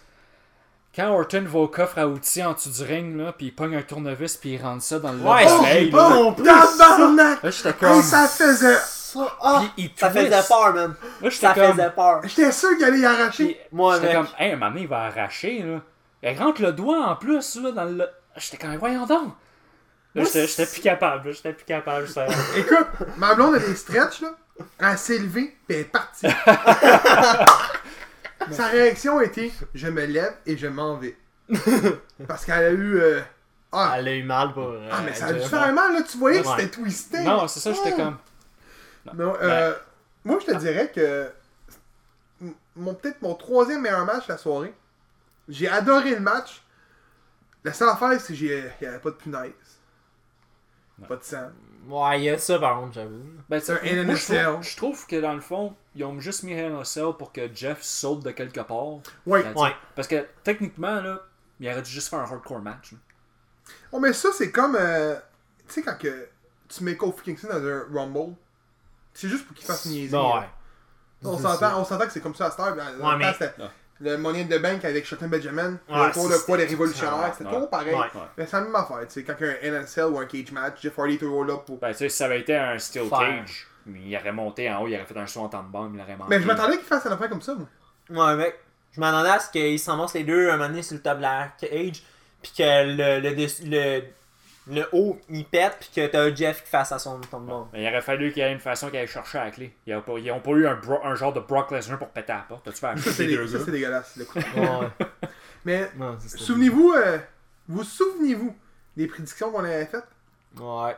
S2: Quand Orton va au coffre à outils en dessous du ring, là, puis il pogne un tournevis, puis il rentre ça dans le
S3: Ouais,
S2: lobe
S3: c'est
S2: d'oreille,
S3: pas
S2: là.
S3: non plus.
S1: oh, tabarnak!
S2: Là, j'étais comme.
S1: Hey, ça faisait.
S3: Ça, ah,
S2: Puis il
S3: ça
S2: twist.
S3: faisait peur, man.
S2: Là, j'étais
S3: Ça
S2: comme.
S3: faisait peur.
S1: J'étais sûr qu'il allait y
S2: Puis
S1: arracher.
S3: Moi,
S2: J'étais
S3: mec.
S2: comme, hey, maman, il va arracher, là. Elle rentre le doigt en plus, là, dans le. J'étais comme, voyons donc. Là,
S3: Moi,
S2: j'étais
S3: c'est-
S2: j'étais plus capable, là, j'étais plus capable. j'étais-
S1: Écoute, ma blonde, elle est stretch, là. Elle s'est levée, puis elle est partie. Sa réaction a été Je me lève et je m'en vais. Parce qu'elle a eu. euh, Ah,
S3: Elle a eu mal pour. euh,
S1: ah,
S2: Ben,
S1: mais ça a dû
S3: Jeff.
S1: faire un mal, là. Tu voyais que
S3: Ouais.
S1: c'était twisté.
S2: Non, c'est ça, j'étais
S1: Ah.
S2: comme.
S1: Non, euh, Moi, je te dirais que. m- Mon, Peut-être mon troisième meilleur match de la soirée. J'ai adoré le match. La seule affaire, c'est qu'il n'y avait pas de punaise. Pas de sang.
S3: Ouais, il y a ça, par contre, j'avoue.
S2: Ben, tu sais,
S1: Un
S2: moi, je,
S1: NNSL.
S2: trouve, je trouve que dans le fond, ils ont juste mis Hell in a Cell pour que Jeff saute de quelque part.
S1: Ouais.
S2: Ben, tu sais,
S3: Ouais.
S2: Parce que techniquement, là, il aurait dû juste faire un hardcore match. là.
S1: Oh, mais ça, c'est comme. euh, tu sais, quand que tu mets Kofi Kingston dans un Rumble, c'est juste pour qu'il fasse niaiser.
S3: Non,
S1: hein.
S3: ouais.
S1: on s'entend on s'entend que c'est comme ça à cette heure. mais dans le
S3: Ouais, mais-
S1: temps, c'était
S2: Ouais.
S1: Le Money in the Bank avec Shelton Benjamin,
S3: Ouais,
S1: le cours de
S3: c'était-
S1: quoi des révolutionnaires, c'était
S2: Ouais.
S1: toujours pareil.
S3: Ouais.
S1: Mais c'est la même affaire, tu sais, quand il y a un NSL ou un cage match, Jeff Hardy est toujours là pour.
S2: Ben, tu sais, si ça avait été un steel
S3: Faire.
S2: cage, il aurait monté en haut, il aurait fait un saut en temps de bombe, il aurait
S3: Ah,
S2: manqué.
S1: Mais je m'attendais qu'il fasse un affaire comme ça, moi.
S3: Ouais, mec. Je m'attendais à ce qu'ils s'amassent les deux un moment donné sur le top de la cage, puis que le, le, dessus- le, le haut il pète, puis que t'as Jeff qui fasse à son tombon.
S2: Mais il aurait fallu qu'il y ait une façon qu'il aille chercher à la clé. Ils n'ont pas, ils ont pas eu un, bro- un genre de Brock Lesnar pour péter à la porte. T'as-tu fait
S1: Ça,
S2: acheter
S1: c'est
S2: les deux
S1: ça,
S2: gars?
S1: c'est dégueulasse. le coup.
S3: Ouais.
S1: Mais
S3: non, c'est ça.
S1: souvenez-vous, euh, vous souvenez-vous des prédictions qu'on avait faites
S3: Ouais.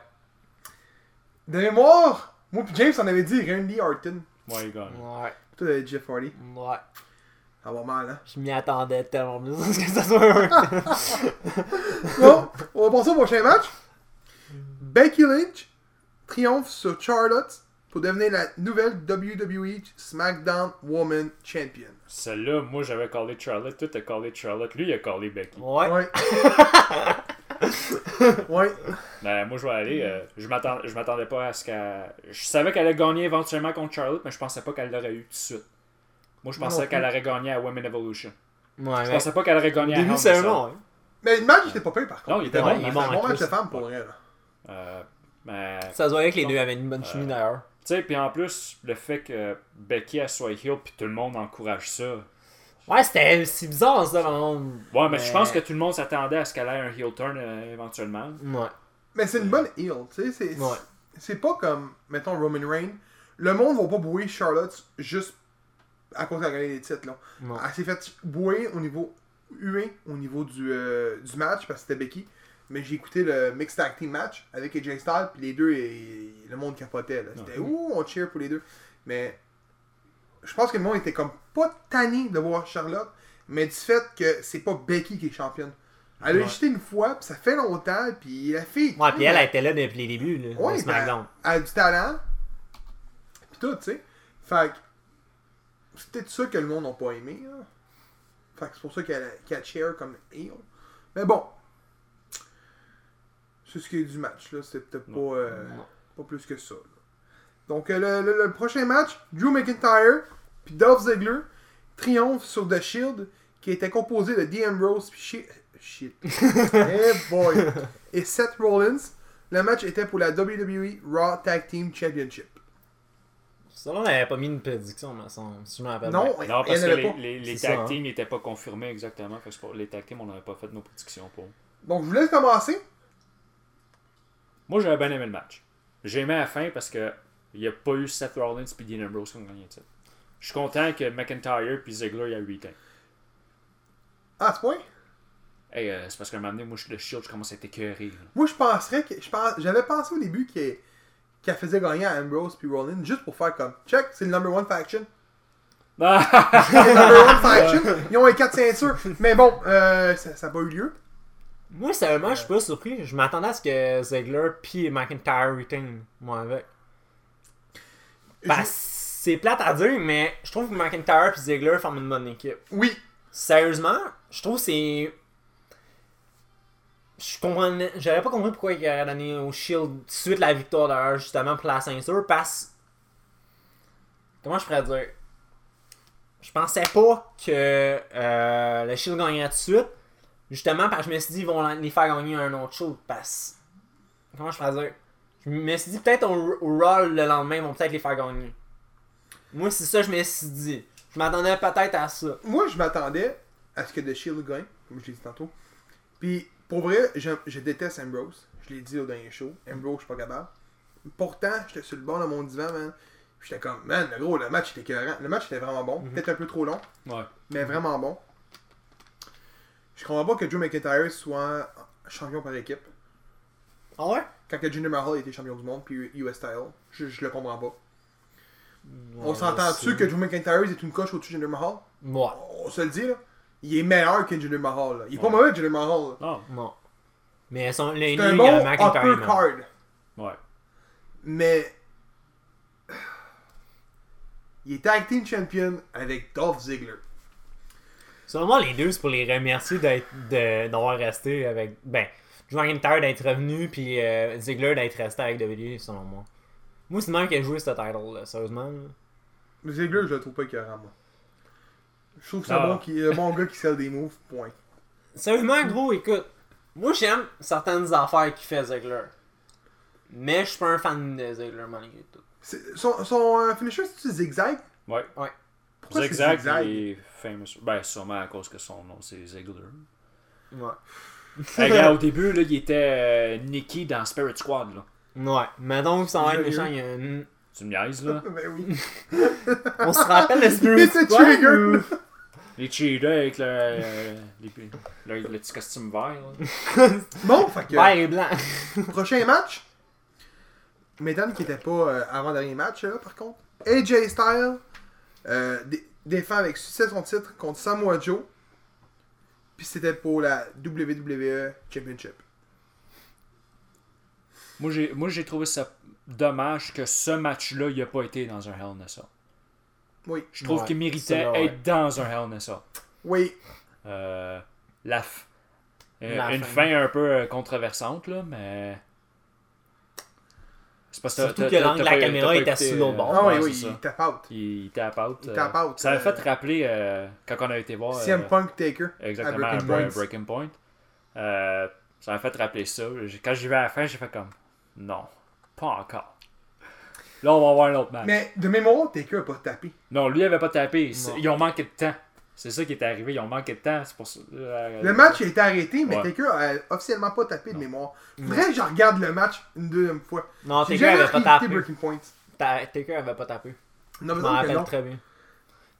S1: De mémoire, moi puis James, on avait dit Randy Orton.
S2: Ouais, les gars.
S3: Ouais.
S1: Toi, euh, Jeff Hardy.
S3: Ouais.
S1: Ça va mal, hein.
S3: Je m'y attendais tellement bien à ce que ça soit un.
S1: Bon, on va passer au prochain match. Becky Lynch triomphe sur Charlotte pour devenir la nouvelle WWE SmackDown Woman Champion.
S2: Celle-là, moi, j'avais callé Charlotte. Toi, t'as callé Charlotte. Lui, il a callé Becky.
S3: Ouais.
S1: Ouais. ouais.
S2: Ben, moi, je vais aller.
S3: Mm.
S2: euh, je m'attend- je m'attendais pas à ce qu'elle. Je savais qu'elle allait gagner éventuellement contre Charlotte, mais je pensais pas qu'elle l'aurait eu tout de suite. Moi, je
S1: Moi
S2: pensais
S1: non
S2: qu'elle aurait gagné à Women Evolution.
S3: Ouais,
S2: Je
S3: mec.
S2: pensais pas qu'elle aurait
S3: Au
S2: gagné à Hell in
S3: début,
S2: a
S3: c'est un
S2: Cell.
S3: nom, hein.
S1: Mais le match était pas pire par contre.
S2: Non, il était
S3: Ouais,
S2: bon.
S3: il
S1: C'est
S3: est
S1: un
S3: bon, en
S1: bon match
S3: plus.
S1: de femme pour vrai. là.
S2: Euh, mais, tu
S3: Ça se voyait que les deux avaient une bonne chimie d'ailleurs.
S2: sais, puis en plus, le fait que Becky, elle soit heel, puis tout le monde encourage ça.
S3: Ouais, c'était si bizarre ça, vraiment.
S2: Ouais, mais, je pense que tout le monde s'attendait à ce qu'elle ait un heel turn euh, éventuellement.
S3: Ouais.
S1: Mais c'est une bonne heel, tu sais. C'est
S3: Ouais.
S1: c'est pas comme, mettons, Roman Reigns. Le monde va pas bouer Charlotte juste à cause de la gagner des titres, là.
S3: Non.
S1: Elle s'est fait bouer au niveau huer au niveau du, euh, du match parce que c'était Becky. Mais j'ai écouté le Mixed Tag Team match avec AJ Styles, puis les deux, et, le monde capotait. là. C'était ouh, on cheer pour les deux. Mais je pense que le monde était comme pas tanné de voir Charlotte, mais du fait que c'est pas Becky qui est championne. Elle a
S3: Ouais.
S1: jeté une fois, puis ça fait longtemps, puis la fille.
S3: Ouais, puis elle, elle était là depuis les débuts, là.
S1: Ouais,
S3: au SmackDown.
S1: ben, elle a du talent. Pis tout, tu sais. Fait que c'est peut-être ça que le monde n'a pas aimé. là. Fait que c'est pour ça qu'elle qu'elle cheer comme heel. Mais bon. C'est ce qui est du match, là. C'était peut-être pas, euh, pas plus que ça. là. Donc, euh, le, le- le prochain match, Drew McIntyre puis Dolph Ziggler triomphe sur The Shield qui était composé de D. Ambrose puis shit. Shit. hey boy. Et Seth Rollins. Le match était pour la WWE Raw Tag Team Championship.
S3: Ça, là, on n'avait pas mis une prédiction, mais ça, si je me rappelle. bien.
S1: Non,
S2: Non,
S1: elle
S2: parce que
S1: n'avait
S2: les,
S1: pas.
S2: les, les
S3: C'est ça,
S2: tag
S3: hein.
S2: teams n'étaient pas confirmés exactement. Fait que c'est pour- les tag teams, on n'avait pas fait nos prédictions pour.
S1: Donc, je vous laisse commencer.
S2: Moi, j'avais bien aimé le match. J'ai aimé à la fin parce que il n'y a pas eu Seth Rollins et Dean Ambrose qui ont gagné le titre. Je suis content que McIntyre puis Ziggler y a 8 ans.
S1: Ah, ce point.
S2: Hey, euh, c'est parce qu'à un moment donné, moi, je suis le shield, je commence à être écœuré. là.
S1: Moi, je penserais que. je pense- J'avais pensé au début qu'elle qu'elle faisait gagner à Ambrose puis Rollins juste pour faire comme check, c'est le number one faction.
S2: Ah,
S1: Les number one faction, ils ont les quatre ceintures. Mais bon, euh, ça n'a pas eu lieu.
S3: Moi, sérieusement, je suis pas surpris. Je m'attendais à ce que Ziggler puis McIntyre retain, moi, avec. Bah, c'est plate à dire, mais je trouve que McIntyre puis Ziggler forment une bonne équipe.
S1: Oui,
S3: Sérieusement, je trouve que c'est. Je comprends. J'avais pas compris pourquoi il a donné au Shield tout de suite la victoire d'ailleurs, justement pour la ceinture, parce. Comment je pourrais dire Je pensais pas que euh, le Shield gagnerait tout de suite, justement parce que je me suis dit ils vont les faire gagner un autre show, parce. Comment je pourrais dire Je me suis dit peut-être au, au Raw le lendemain, ils vont peut-être les faire gagner. Moi, c'est ça que je me suis dit. Je m'attendais peut-être à ça.
S1: moi, je m'attendais à ce que The Shield gagne, comme je l'ai dit tantôt. Puis, pour vrai, je, je déteste Ambrose. Je l'ai dit au dernier show. Ambrose, je suis pas capable. Pourtant, j'étais sur le bord de mon divan, man. J'étais comme, man, le gros, le match était écœurant. Le match était vraiment bon. Peut-être un peu trop long,
S2: ouais.
S1: mais vraiment bon. Je comprends pas que Drew McIntyre soit champion par équipe.
S3: Ah ouais?
S1: Quand que Jinder Mahal était champion du monde, puis US Style, je, je le comprends pas. On s'entend-tu que Drew McIntyre est une coche au-dessus de Jinder Mahal?
S3: Ouais.
S1: on se le dit, là, il est meilleur que Jinder Mahal. là. Il est pas
S2: Ouais.
S1: mauvais, Jinder Mahal. là.
S2: Non,
S3: Non. Mais son, le
S1: C'est
S3: nid,
S1: un
S3: il y
S1: bon
S3: a McIntyre.
S1: upper
S3: man.
S1: card,
S2: ouais.
S1: mais il est tag team champion avec Dolph Ziggler.
S3: Sûrement, les deux, c'est pour les remercier d'être- de- d'avoir resté avec. Ben, Drew McIntyre d'être revenu, puis euh, Ziggler d'être resté avec WWE, selon moi. Moi, c'est le même qui a joué ce title, là, sérieusement. là.
S1: Mais Ziggler, je le trouve pas écœurant, moi. Je trouve que c'est un
S2: Ah.
S1: bon, qui, un bon gars qui sell des moves, point.
S3: Sérieusement, gros, écoute. Moi, j'aime certaines affaires qu'il fait Ziggler. Mais je suis pas un fan de Ziggler, malgré tout.
S1: C'est- Son, son euh, finisher, c'est-tu zigzag?
S2: Ouais.
S3: Ouais.
S1: Pourquoi c'est
S2: Zigzag,
S1: zigzag?
S2: il est famous. Ben, sûrement à cause que son nom, c'est Ziggler.
S3: Ouais.
S2: Hey, regarde, au début, là, il était euh, Nicky dans Spirit Squad, là.
S3: Ouais. Mais donc, sans être
S1: Sérieux?
S3: méchant, il y a une.
S2: Tu me niaises, là.
S1: Ben oui.
S3: On se rappelle le
S1: Mais
S3: Spirit
S1: c'est
S3: Squad,
S1: trigger!
S2: Les cheaters avec le, euh, les- le, le petit costume vert, là.
S1: Bon, fait que,
S3: Vert et blanc.
S1: prochain match. Médan qui était pas euh, avant-dernier match, là, par contre. AJ Styles euh, dé- défend avec succès son titre contre Samoa Joe. Puis c'était pour la WWE Championship.
S2: Moi, j'ai, moi, j'ai trouvé ça dommage que ce match-là, il a pas été dans un Hell in a Cell.
S1: Oui.
S2: Je trouve
S3: Ouais,
S2: qu'il méritait
S3: celle-là, ouais.
S2: être dans un Hell in a Cell.
S1: Oui.
S2: Euh, la f- euh,
S3: La
S2: une
S3: fin.
S2: fin un peu euh, controversante, là, mais... C'est parce
S3: Surtout
S2: t'as-
S3: que
S2: t'as-
S3: l'angle de
S2: t'as
S3: la
S2: pas-
S3: caméra
S2: t'as pas
S3: était
S2: écouté,
S3: sur l'autre
S2: euh,
S3: bord.
S1: Ah
S2: ouais,
S1: oui, oui,
S2: c'est
S1: il
S2: ça.
S1: tap out.
S2: Il tap out.
S1: Il
S2: euh,
S1: tap out,
S2: Ça a
S1: euh,
S2: fait rappeler euh, quand on a été voir.
S1: CM
S2: euh,
S1: Punk Taker.
S2: Exactement,
S1: à
S2: à
S1: Breaking
S2: Bra-
S1: Points.
S2: Breaking Point. Euh, ça m'a fait rappeler ça. J'ai- Quand j'y vais à la fin, j'ai fait comme non, pas encore. Là, on va avoir un autre match.
S1: Mais de mémoire, Taker a pas tapé.
S2: Non, lui, il avait pas tapé. C'est-
S3: Non.
S2: Ils ont manqué de temps. C'est ça qui est arrivé. Ils ont manqué de temps. C'est pour ça. euh,
S1: Le match a été arrêté, mais
S2: Ouais.
S1: Taker a officiellement pas tapé de mémoire. Vrai, je regarde le match une deuxième fois.
S3: Non,
S1: J'ai
S3: Taker
S1: jamais
S3: avait
S1: réécouté
S3: pas tapé.
S1: Breaking Points.
S3: Ta- Taker avait pas tapé.
S1: Non,
S3: Je
S1: mais
S3: m'en
S1: semble que
S3: rappelle
S1: non.
S3: très bien.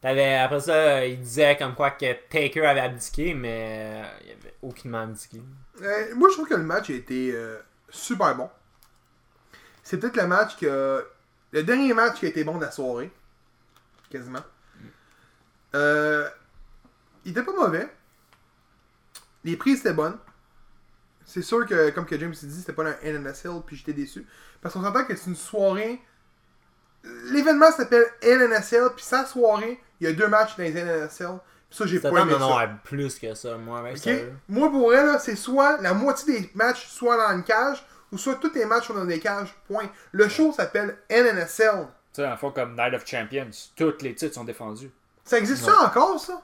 S3: T'avais, après ça, il disait comme quoi que Taker avait abdiqué, mais euh, il avait aucunement abdiqué.
S1: Euh, moi, je trouve que le match a été euh, super bon. C'est peut-être le match que. Le dernier match qui a été bon de la soirée. Quasiment. Euh, il était pas mauvais. Les prises étaient bonnes. C'est sûr que, comme que James a dit, c'était pas un LNSL, puis j'étais déçu. Parce qu'on s'entend que c'est une soirée. L'événement s'appelle LNSL, puis sa soirée, il y a deux matchs dans les LNSL. Puis ça, j'ai
S3: C'était
S1: pas aimé
S3: non,
S1: ça.
S3: non, ouais, plus que ça, moi, avec
S1: Ok?
S3: ça. là.
S1: Moi, pour vrai, là, c'est soit la moitié des matchs soit dans une cage, ou soit tous les matchs sont dans des cages. Point. Le show s'appelle NNSL.
S2: Tu sais, dans le fond, comme Night of Champions, tous les titres sont défendus. Ben,
S1: Ça existe ça encore, ça?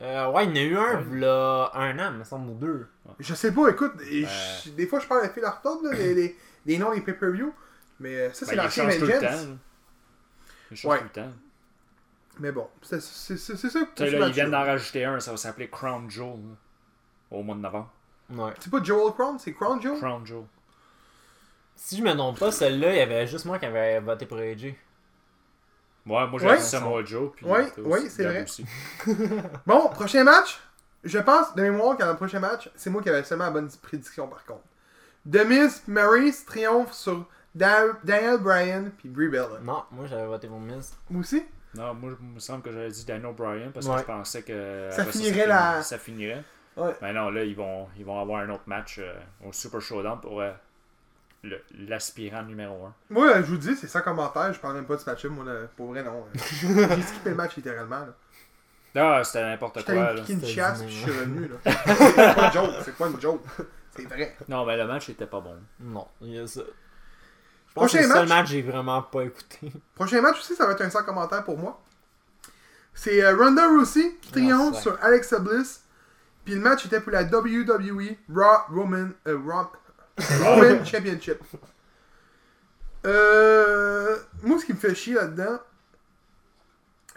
S3: Euh, ouais, il y en a eu un, là, un an, me semble, ou deux.
S1: Je sais pas, écoute, et
S2: Ben.
S1: je- des fois je parle de fil à retordre, là, les, les- les noms des pay-per-view, mais euh, ça c'est
S2: Ben, ils
S1: l'ancien
S2: changent tout le temps.
S1: Vengeance.
S2: là. Ils changent
S1: Ouais.
S2: tout le temps.
S1: Mais bon, c'est c'est- c'est- c'est ça.
S2: Tu sais,
S1: ce
S2: là, ils
S1: match-là.
S2: viennent d'en rajouter un. Ça va s'appeler Crown Jewel là, au mois de novembre.
S3: Ouais.
S1: C'est pas Joel Crown, c'est Crown Joe?
S2: Crown Jewel.
S3: Si je me trompe pas, celle-là, il y avait juste moi qui avait voté pour AJ.
S2: Ouais, moi j'ai
S1: Ouais.
S2: dit Samoa Joe. Puis
S1: Ouais,
S2: t'as
S1: ouais,
S2: aussi-
S1: c'est
S2: Gab
S1: vrai.
S2: aussi.
S1: Bon, prochain match. Je pense, de mémoire, qu'à le prochain match, c'est moi qui avais seulement la bonne prédiction par contre. The Miz, Maryse triomphe sur Da- Daniel Bryan puis Brie Bella.
S3: Non, moi, j'avais voté pour Miz.
S1: Moi aussi?
S2: Non, moi, il me semble que j'avais dit Daniel Bryan parce que
S1: Ouais.
S2: je pensais que.
S1: Ça
S2: après
S1: finirait
S2: c'était-
S1: la-
S2: Ça finirait.
S1: Ouais.
S2: Mais non, là, ils vont, ils vont avoir un autre match euh, au Super Showdown pour euh, le- l'aspirant numéro 1.
S1: Moi, je vous dis, c'est sans commentaire, je parle même pas du match-up, moi, là, pour vrai, non. là. J'ai skippé le match littéralement. là.
S2: Ah, c'était n'importe
S1: J'étais
S2: quoi.
S1: allé me
S2: là.
S1: piquer une
S3: C'était
S1: chasse,
S3: du
S1: puis je suis revenu. là. C'est pas une joke, c'est pas une joke. C'est vrai.
S2: Non, mais le match était pas bon.
S3: Non, il y a ça. Je pense
S1: Prochain
S3: que c'est le seul
S1: match.
S3: match que j'ai vraiment pas écouté.
S1: Prochain match aussi, ça va être un sans commentaire pour moi. C'est euh, Ronda Rousey qui triomphe
S3: ouais.
S1: sur Alexa Bliss. Puis le match était pour la WWE Raw Roman, euh, Raw- Roman Championship. Euh, moi, ce qui me fait chier là-dedans,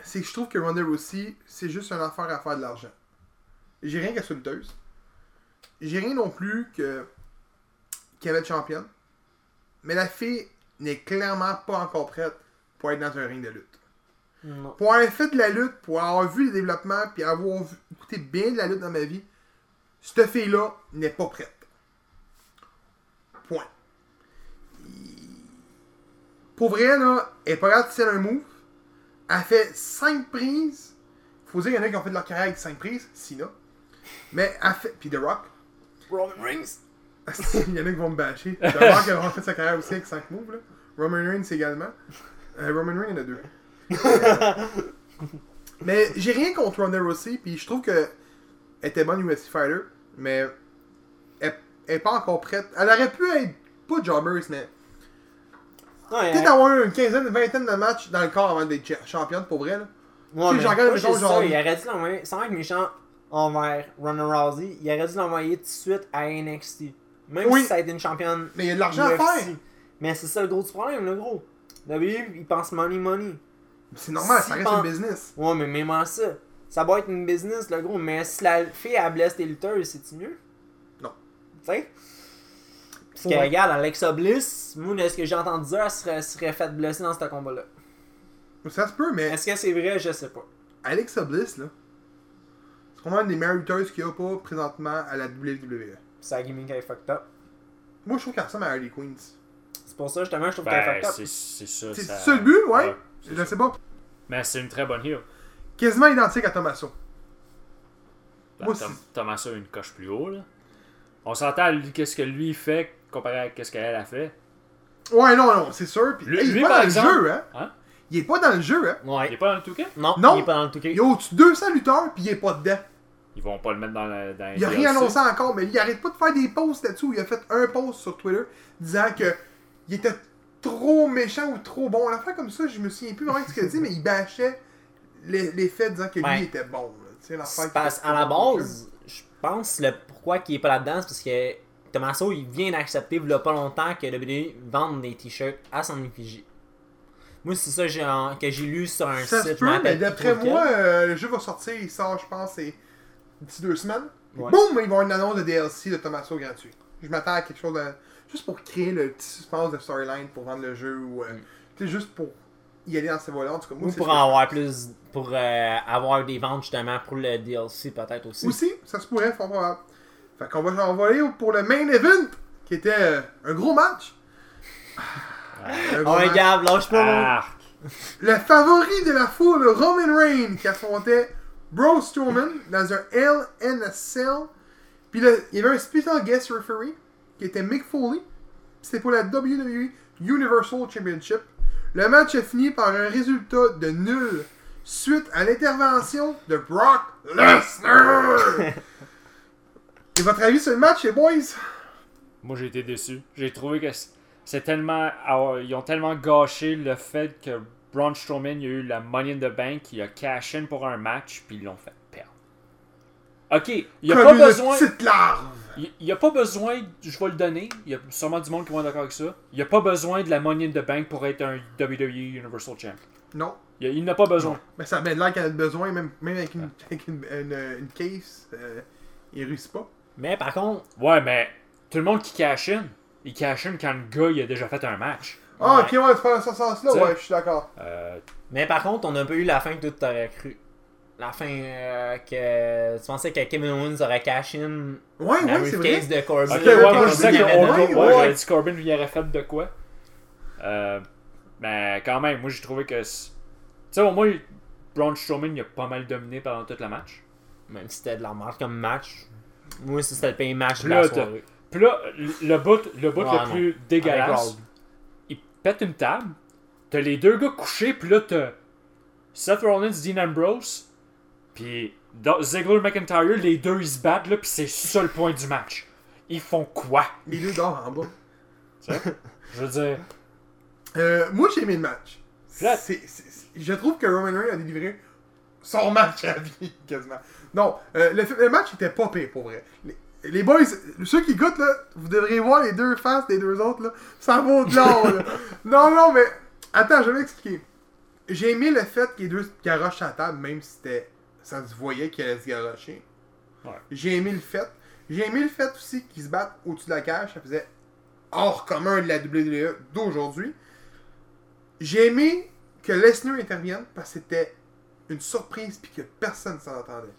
S1: c'est que je trouve que Ronda Rousey, c'est juste une affaire à faire de l'argent. J'ai rien qu'à sauteuse. J'ai rien non plus que qu'elle va être championne. Mais la fille n'est clairement pas encore prête pour être dans un ring de lutte.
S3: Non.
S1: Pour avoir fait de la lutte, pour avoir vu le développement, puis avoir vu- écouté bien de la lutte dans ma vie, cette fille-là n'est pas prête. Point. Pour vrai, là, elle est pas grave si elle a un move. Elle fait 5 prises. Faut dire, il y en a qui ont fait de leur carrière avec 5 prises, Sina. Mais elle fait. Puis The Rock.
S3: Roman Reigns.
S1: Il y en a qui vont me bâcher. D'abord qu'elle a fait sa carrière aussi avec 5 moves. Là. Roman Reigns également. Euh, Roman Reigns, il y en a deux. Euh, mais j'ai rien contre Ronda Rousey. Puis je trouve que elle était bonne UFC fighter. Mais elle elle est pas encore prête. Elle aurait pu être pas jobbers, mais
S3: Non, il y a-
S1: peut-être avoir une quinzaine, une vingtaine de matchs dans le corps avant d'être cha- championne pour vrai. Là.
S3: Ouais,
S1: Tu sais,
S3: mais
S1: j'en regarde,
S3: moi, j'ai
S1: mettons,
S3: ça,
S1: genre-
S3: Il aurait dû l'envoyer. Sans être méchant envers Ronda Rousey, il aurait dû l'envoyer tout de suite à NXT. Même
S1: Oui.
S3: si ça a été une championne.
S1: Mais il y a de l'argent à
S3: UFC.
S1: faire.
S3: Mais c'est ça le gros du problème, le gros. WWE, il pense money, money.
S1: C'est normal,
S3: Si
S1: ça reste
S3: pen-
S1: un business.
S3: Ouais, mais même en ça. Ça va être une business, le gros. Mais si la fille, elle blesse tes lutteurs, c'est-tu mieux?
S1: Non.
S3: Tu sais? Parce que
S1: Ouais.
S3: regarde, Alexa Bliss, moi, de ce que j'ai entendu dire, elle serait, serait faite blesser dans ce combat-là.
S1: Ça se peut, mais
S3: Est-ce que c'est vrai? Je sais pas.
S1: Alexa Bliss, là, c'est probablement une des meilleures lutteuses qu'il n'y a pas présentement à la WWE.
S3: Sa gimmick elle est fucked up.
S1: Moi, je trouve qu'elle ressemble à Harley Quinn.
S3: C'est pour ça, justement, je trouve qu'elle
S2: Ben,
S3: est fucked up.
S2: c'est c'est ça.
S1: C'est
S2: ça-
S1: ça le but, ouais?
S2: Ouais, c'est
S1: je sais pas.
S2: Mais c'est une très bonne heel.
S1: Quasiment identique à Tommaso.
S2: Ben,
S1: Moi,
S2: Tom-
S1: c'est-
S2: Thomas a une coche plus haut. Là. On s'entend lui, qu'est-ce que lui fait comparé à qu'est-ce qu'elle a fait.
S1: Ouais, non, non, c'est sûr. Puis,
S2: Lui-
S1: hey, il est
S2: lui,
S1: pas
S2: par
S1: dans
S2: exemple-
S1: le jeu, hein?
S2: Hein?
S1: Il est pas dans le jeu, hein?
S2: Il est
S3: Ouais.
S2: pas dans le toucan.
S3: Non,
S1: Non.
S3: il est pas dans le touquet.
S1: Il y a au-dessus de 200 lutteurs, puis il est pas dedans.
S2: Ils vont pas le mettre dans la. Dans
S1: Il a
S2: les
S1: rien
S2: DLC.
S1: annoncé encore, mais il arrête pas de faire des posts là-dessous. Il a fait un post sur Twitter disant que il était trop méchant ou trop bon. La fin comme ça, je me souviens plus vraiment de ce qu'il a dit, mais il bâchait les, les faits disant que
S3: Ouais.
S1: lui était bon. là. Tu sais, l'affaire
S3: C'est
S1: qu'il
S3: parce-
S1: était
S3: à la
S1: trop bon.
S3: base, je pense le pourquoi qu'il est pas là-dedans, c'est parce que Tommaso, il vient d'accepter, il y a pas longtemps, que WWE vende des t-shirts à son effigie. Moi, c'est ça que j'ai en- que j'ai lu sur un
S1: Ça se
S3: site.
S1: peut, mais d'après moi, euh, le jeu va sortir, il sort, je pense, c'est d'ici deux semaines.
S3: Ouais.
S1: Boum, ils vont avoir une annonce de DLC de Tommaso gratuit. Je m'attends à quelque chose de... juste pour créer le petit suspense de storyline pour vendre le jeu ou euh, tu sais, juste pour y aller dans ces volets. En tout cas, moi,
S3: Mm. Ou
S1: c'est
S3: pour
S1: ce que je
S3: en avoir plus, pour euh, avoir des ventes justement pour le DLC peut-être aussi.
S1: Aussi, ça se pourrait, fort probable. Fait qu'on va s'envoler pour le main event, qui était euh, un gros match.
S3: Ah.
S1: Un gros
S3: Oh,
S1: match.
S3: regarde, lâche pas mon-
S2: Arc.
S1: Le favori de la foule, Roman Reigns, qui affrontait Braun Strowman dans un Hell in a Cell. Puis là, il y avait un special guest referee, qui était Mick Foley. Puis C'était pour la WWE Universal Championship. Le match est fini par un résultat de nul suite à l'intervention de Brock Lesnar. Et votre avis sur le match, les boys?
S2: Moi, j'ai été déçu. J'ai trouvé que c- c'est tellement. ah, Ils ont tellement gâché le fait que Braun Strowman il a eu la Money in the Bank, il a cash in pour un match, puis ils l'ont fait perdre. Ok, il n'y a
S1: Comme
S2: pas
S1: une
S2: besoin.
S1: petite larve.
S2: Il n'y a pas besoin, je vais le donner, il y a sûrement du monde qui va être d'accord avec ça. Il n'y a pas besoin de la Money in the Bank pour être un WWE Universal Champ.
S1: Non.
S2: Il, il n'a pas besoin.
S1: Mais ça met de l'air qu'elle a besoin, même, même avec une, avec une, une, une case, euh, il réussit pas.
S3: Mais par contre,
S2: Ouais, mais tout le monde qui cash in, il cash in quand le gars il a déjà fait un match.
S1: Ah,
S3: Ouais.
S1: ok, ouais, tu parles dans ce sens-là,
S2: T'sais.
S1: ouais, je suis d'accord.
S2: Euh,
S3: mais par contre, on n'a pas eu la fin que tout t'aurais cru. La fin euh, que tu pensais que Kevin Owens aurait cash in
S1: Ouais, ouais,
S3: La
S1: Ah c'est vrai.
S3: briefcase de Corbin.
S2: Ok,
S1: Il y avait
S2: ouais,
S1: pas
S2: moi je
S1: Corbin,
S2: disais
S1: il y
S2: que
S1: avait
S2: on-
S1: Corbin,
S2: ouais,
S1: ouais.
S2: j'aurais dit Corbin ben, lui aurait fait de quoi. Euh, mais quand même, moi j'ai trouvé que c- sais, au moins, Braun Strowman, il a pas mal dominé pendant tout le match.
S3: Même si c'était de la merde comme match. Moi, si c'était le pire match de
S2: Là,
S3: la
S2: t'as-
S3: soirée.
S2: Puis là, le bout le, bout
S3: Ah,
S2: le
S3: non.
S2: plus dégueulasse,
S3: Avec Raw.
S2: il pète une table, t'as les deux gars couchés, puis là, t'as Seth Rollins, Dean Ambrose, puis Do- Ziggler McIntyre, les deux, ils se battent, là, puis c'est ça le point du match. Ils font quoi?
S1: Les deux dort en bas.
S2: Je veux dire,
S1: Euh, moi, j'ai aimé le match.
S2: Là-
S1: C'est- c'est- c'est- je trouve que Roman Reigns a délivré son match à vie, quasiment. Non, euh, le, le match était pas pire, pour vrai. Les, les boys, ceux qui goûtent, là, vous devrez voir les deux faces des deux autres, là. Ça vaut de l'or, là. Non, non, mais... Attends, je vais m'expliquer. J'ai aimé le fait que les deux se garochent à la table, même si c'était... Ça se voyait qu'ils allaient se garocher.
S2: Ouais.
S1: J'ai aimé le fait. J'ai aimé le fait aussi qu'ils se battent au-dessus de la cage. Ça faisait hors commun de la WWE d'aujourd'hui. J'ai aimé que Lesnar intervienne parce que c'était une surprise puis que personne s'en attendait.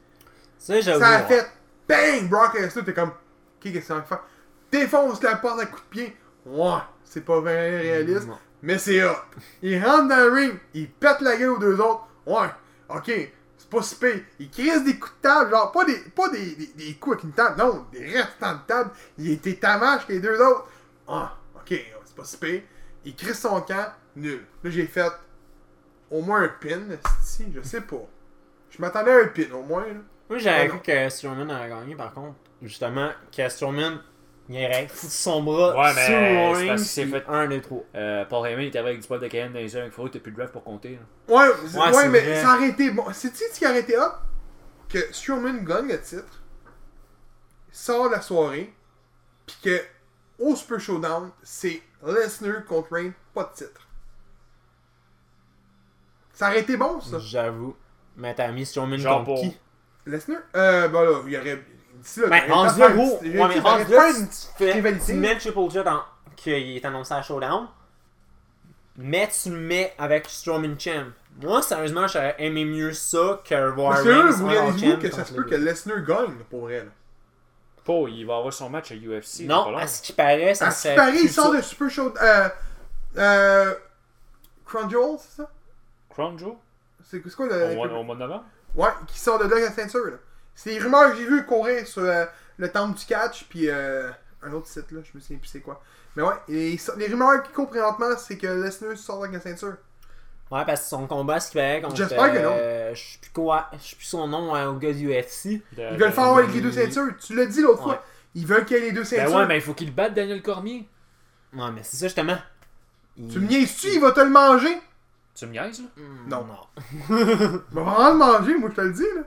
S3: Ça, j'avoue.
S1: Ça a
S3: ouais.
S1: fait bang! Brock Lesnar, t'es comme, ok, qu'est-ce qu'on va faire? Défonce la porte à coups de pied. Ouais, c'est pas vraiment réaliste,
S3: Non.
S1: mais c'est hop. Il rentre dans le ring, il pète la gueule aux deux autres. Ouais, ok, c'est pas si pire. Il crisse des coups de table, genre pas des, pas des, des- des coups avec une table, non, des restants de table. Il était tamage que les deux autres. Ah, ok, c'est pas si pire. Il crisse son camp, nul. Là, j'ai fait au moins un pin, si, je sais pas. Je m'attendais à un pin, au moins, là.
S3: Moi, j'avais
S1: Ouais,
S3: cru
S1: non.
S3: que Strowman aurait gagné, par contre. Justement, que Strowman, il aurait foutu son bras
S2: Ouais, mais
S3: sous le
S2: c'est
S3: ring,
S2: parce que c'est
S3: puis
S2: fait-
S3: un, deux, trois.
S2: euh, Paul Heyman, il était avec du poil de Cayenne dans les yeux, il faut que t'as plus de ref pour compter. là.
S1: Ouais, c'est-
S3: Ouais,
S1: ouais,
S3: c'est
S1: mais
S3: vrai.
S1: ça aurait été bon. C'est-tu ce qui aurait été hop? Que Strowman gagne le titre, sort de la soirée, puis que au Super Showdown, c'est Lesnar contre Reigns, pas de titre. Ça aurait été bon,
S3: Mm.
S1: ça.
S3: J'avoue. Mais t'as mis Strowman
S2: Genre pour-
S3: contre qui
S1: Lesnar? Euh, ben là, il y aurait... D'ici là,
S3: Mais
S1: il aurait pas
S3: rendu là,
S1: fait
S3: gros.
S1: un petit-
S3: Ben, Ouais,
S1: il
S3: mais
S1: aurait
S3: rendu
S1: pas
S3: là,
S1: une
S3: tu fais.
S1: rivalité.
S3: Tu mets Triple J dans. qu'il est annoncé à Showdown. Mais tu le mets avec Strowman Champ. Moi, sérieusement, j'aurais aimé mieux ça que voir
S1: Parce que là,
S3: Reigns
S1: vous
S3: Royal
S1: réalisez
S3: Champ
S1: que ça
S3: contre
S1: se
S3: les
S1: peut
S3: deux.
S1: que Lesnar gagne, là, pour elle.
S2: Paul, il va avoir son match à UFC. dans pas
S3: Non,
S2: long.
S3: à ce qui paraît, ça
S1: À ce qui
S3: serait
S1: paraît, il
S3: plus
S1: sort
S3: ça.
S1: de Super Showdown... Euh... Euh... Crown Jewel, c'est ça?
S2: Crown Joe,
S1: C'est c'est quoi
S2: au
S1: le.
S2: mois, au mois de novembre.
S1: Ouais, qui sort de là avec la ceinture. là. C'est les rumeurs que j'ai vues courir sur euh, le temple du catch, puis euh, un autre site, là, je me souviens plus c'est quoi. Mais ouais, et so- les rumeurs qui courent présentement, c'est que Lesnar sort avec la ceinture.
S3: Ouais, parce que son combat, ce qui paraît contre.
S1: J'espère que non.
S3: euh, je sais plus quoi. Je sais plus son nom hein, au gars du UFC.
S2: De-
S1: Ils
S2: de-
S1: veulent faire avoir avec les deux ceintures. Tu l'as dit l'autre
S3: Ouais.
S1: fois. Ils veulent qu'il y ait les deux
S2: Euh, Ben
S1: ceintures.
S2: ouais, mais il faut qu'il batte Daniel Cormier.
S3: Non, mais c'est ça justement.
S1: Tu me niaises-tu, il va te le manger?
S2: Tu me niaises, là?
S1: Non.
S3: Non.
S1: Il va vraiment le manger, moi je te le dis, là.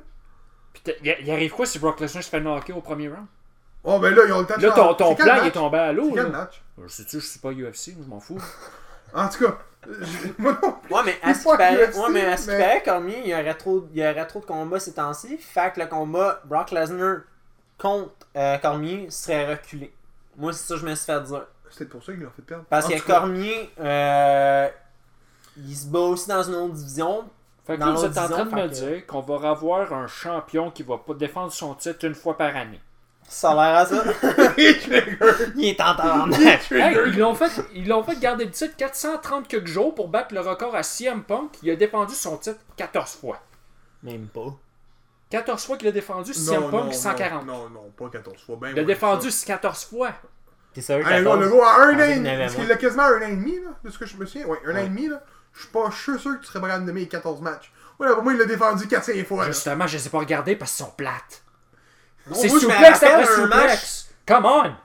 S2: Puis t'as- il il arrive quoi si Brock Lesnar se fait knocker au premier round?
S1: Oh, ben là, ils ont le temps de
S2: Là, ton,
S1: changer.
S2: ton
S1: C'est quel
S2: plan
S1: match?
S2: il est tombé à
S1: C'est
S2: l'eau.
S1: quel
S2: là.
S1: match?
S2: Je sais-tu, je suis pas UFC, moi, je m'en fous.
S1: En tout cas, je- moi non plus.
S3: Ouais, mais à ce qui
S1: Fuck
S3: paraît,
S1: UFC,
S3: ouais, mais à ce qui
S1: mais-
S3: paraît, Cormier, il y aurait trop, il y aurait trop de combats ces temps-ci. Fait que le combat Brock Lesnar contre euh, Cormier serait reculé. Moi, c'est ça que je me suis fait dire.
S1: C'est pour ça qu'ils l'ont fait perdre.
S3: Parce
S1: En
S3: que
S1: tout cas,
S3: Cormier, euh, il se bat aussi dans une autre division.
S2: Fait que
S3: Dans
S2: là, vous êtes en
S3: l'autre
S2: train de me
S3: disons,
S2: dire qu'on va avoir un champion qui va pas défendre son titre une fois par année.
S3: Ça a l'air à ça. il est en tabarnak.
S2: Hey, ils l'ont fait, ils l'ont fait garder le titre 430 quelques jours pour battre le record à CM Punk. Il a défendu son titre 14 fois.
S3: Même pas.
S2: 14 fois qu'il a défendu CM
S1: non,
S2: Punk
S1: non,
S2: 140.
S1: Non, non, pas 14 fois. Ben
S2: Il
S1: moins que
S2: a
S1: ça.
S2: défendu Ah, 14 fois.
S3: T'es sérieux?
S1: Hey, là,
S3: 14?
S1: le hein. gars a un
S3: Pensez
S1: an
S3: qu'il y en
S1: et
S3: avait
S1: Parce
S3: moins.
S1: qu'il a quasiment un an et demi, là, de ce que je me souviens. Ouais, un an
S3: Ouais.
S1: et demi, là. Je suis pas sûr, sûr que tu serais prêt à me nommer les 14 matchs. Ouais, là, pour moi, il l'a défendu 4-5 fois. là.
S2: Justement, je les ai pas regardés parce qu'ils sont plates. C'est
S3: moi, je me
S2: souplex
S3: rappelle
S2: après
S3: un
S2: souplex. Come on!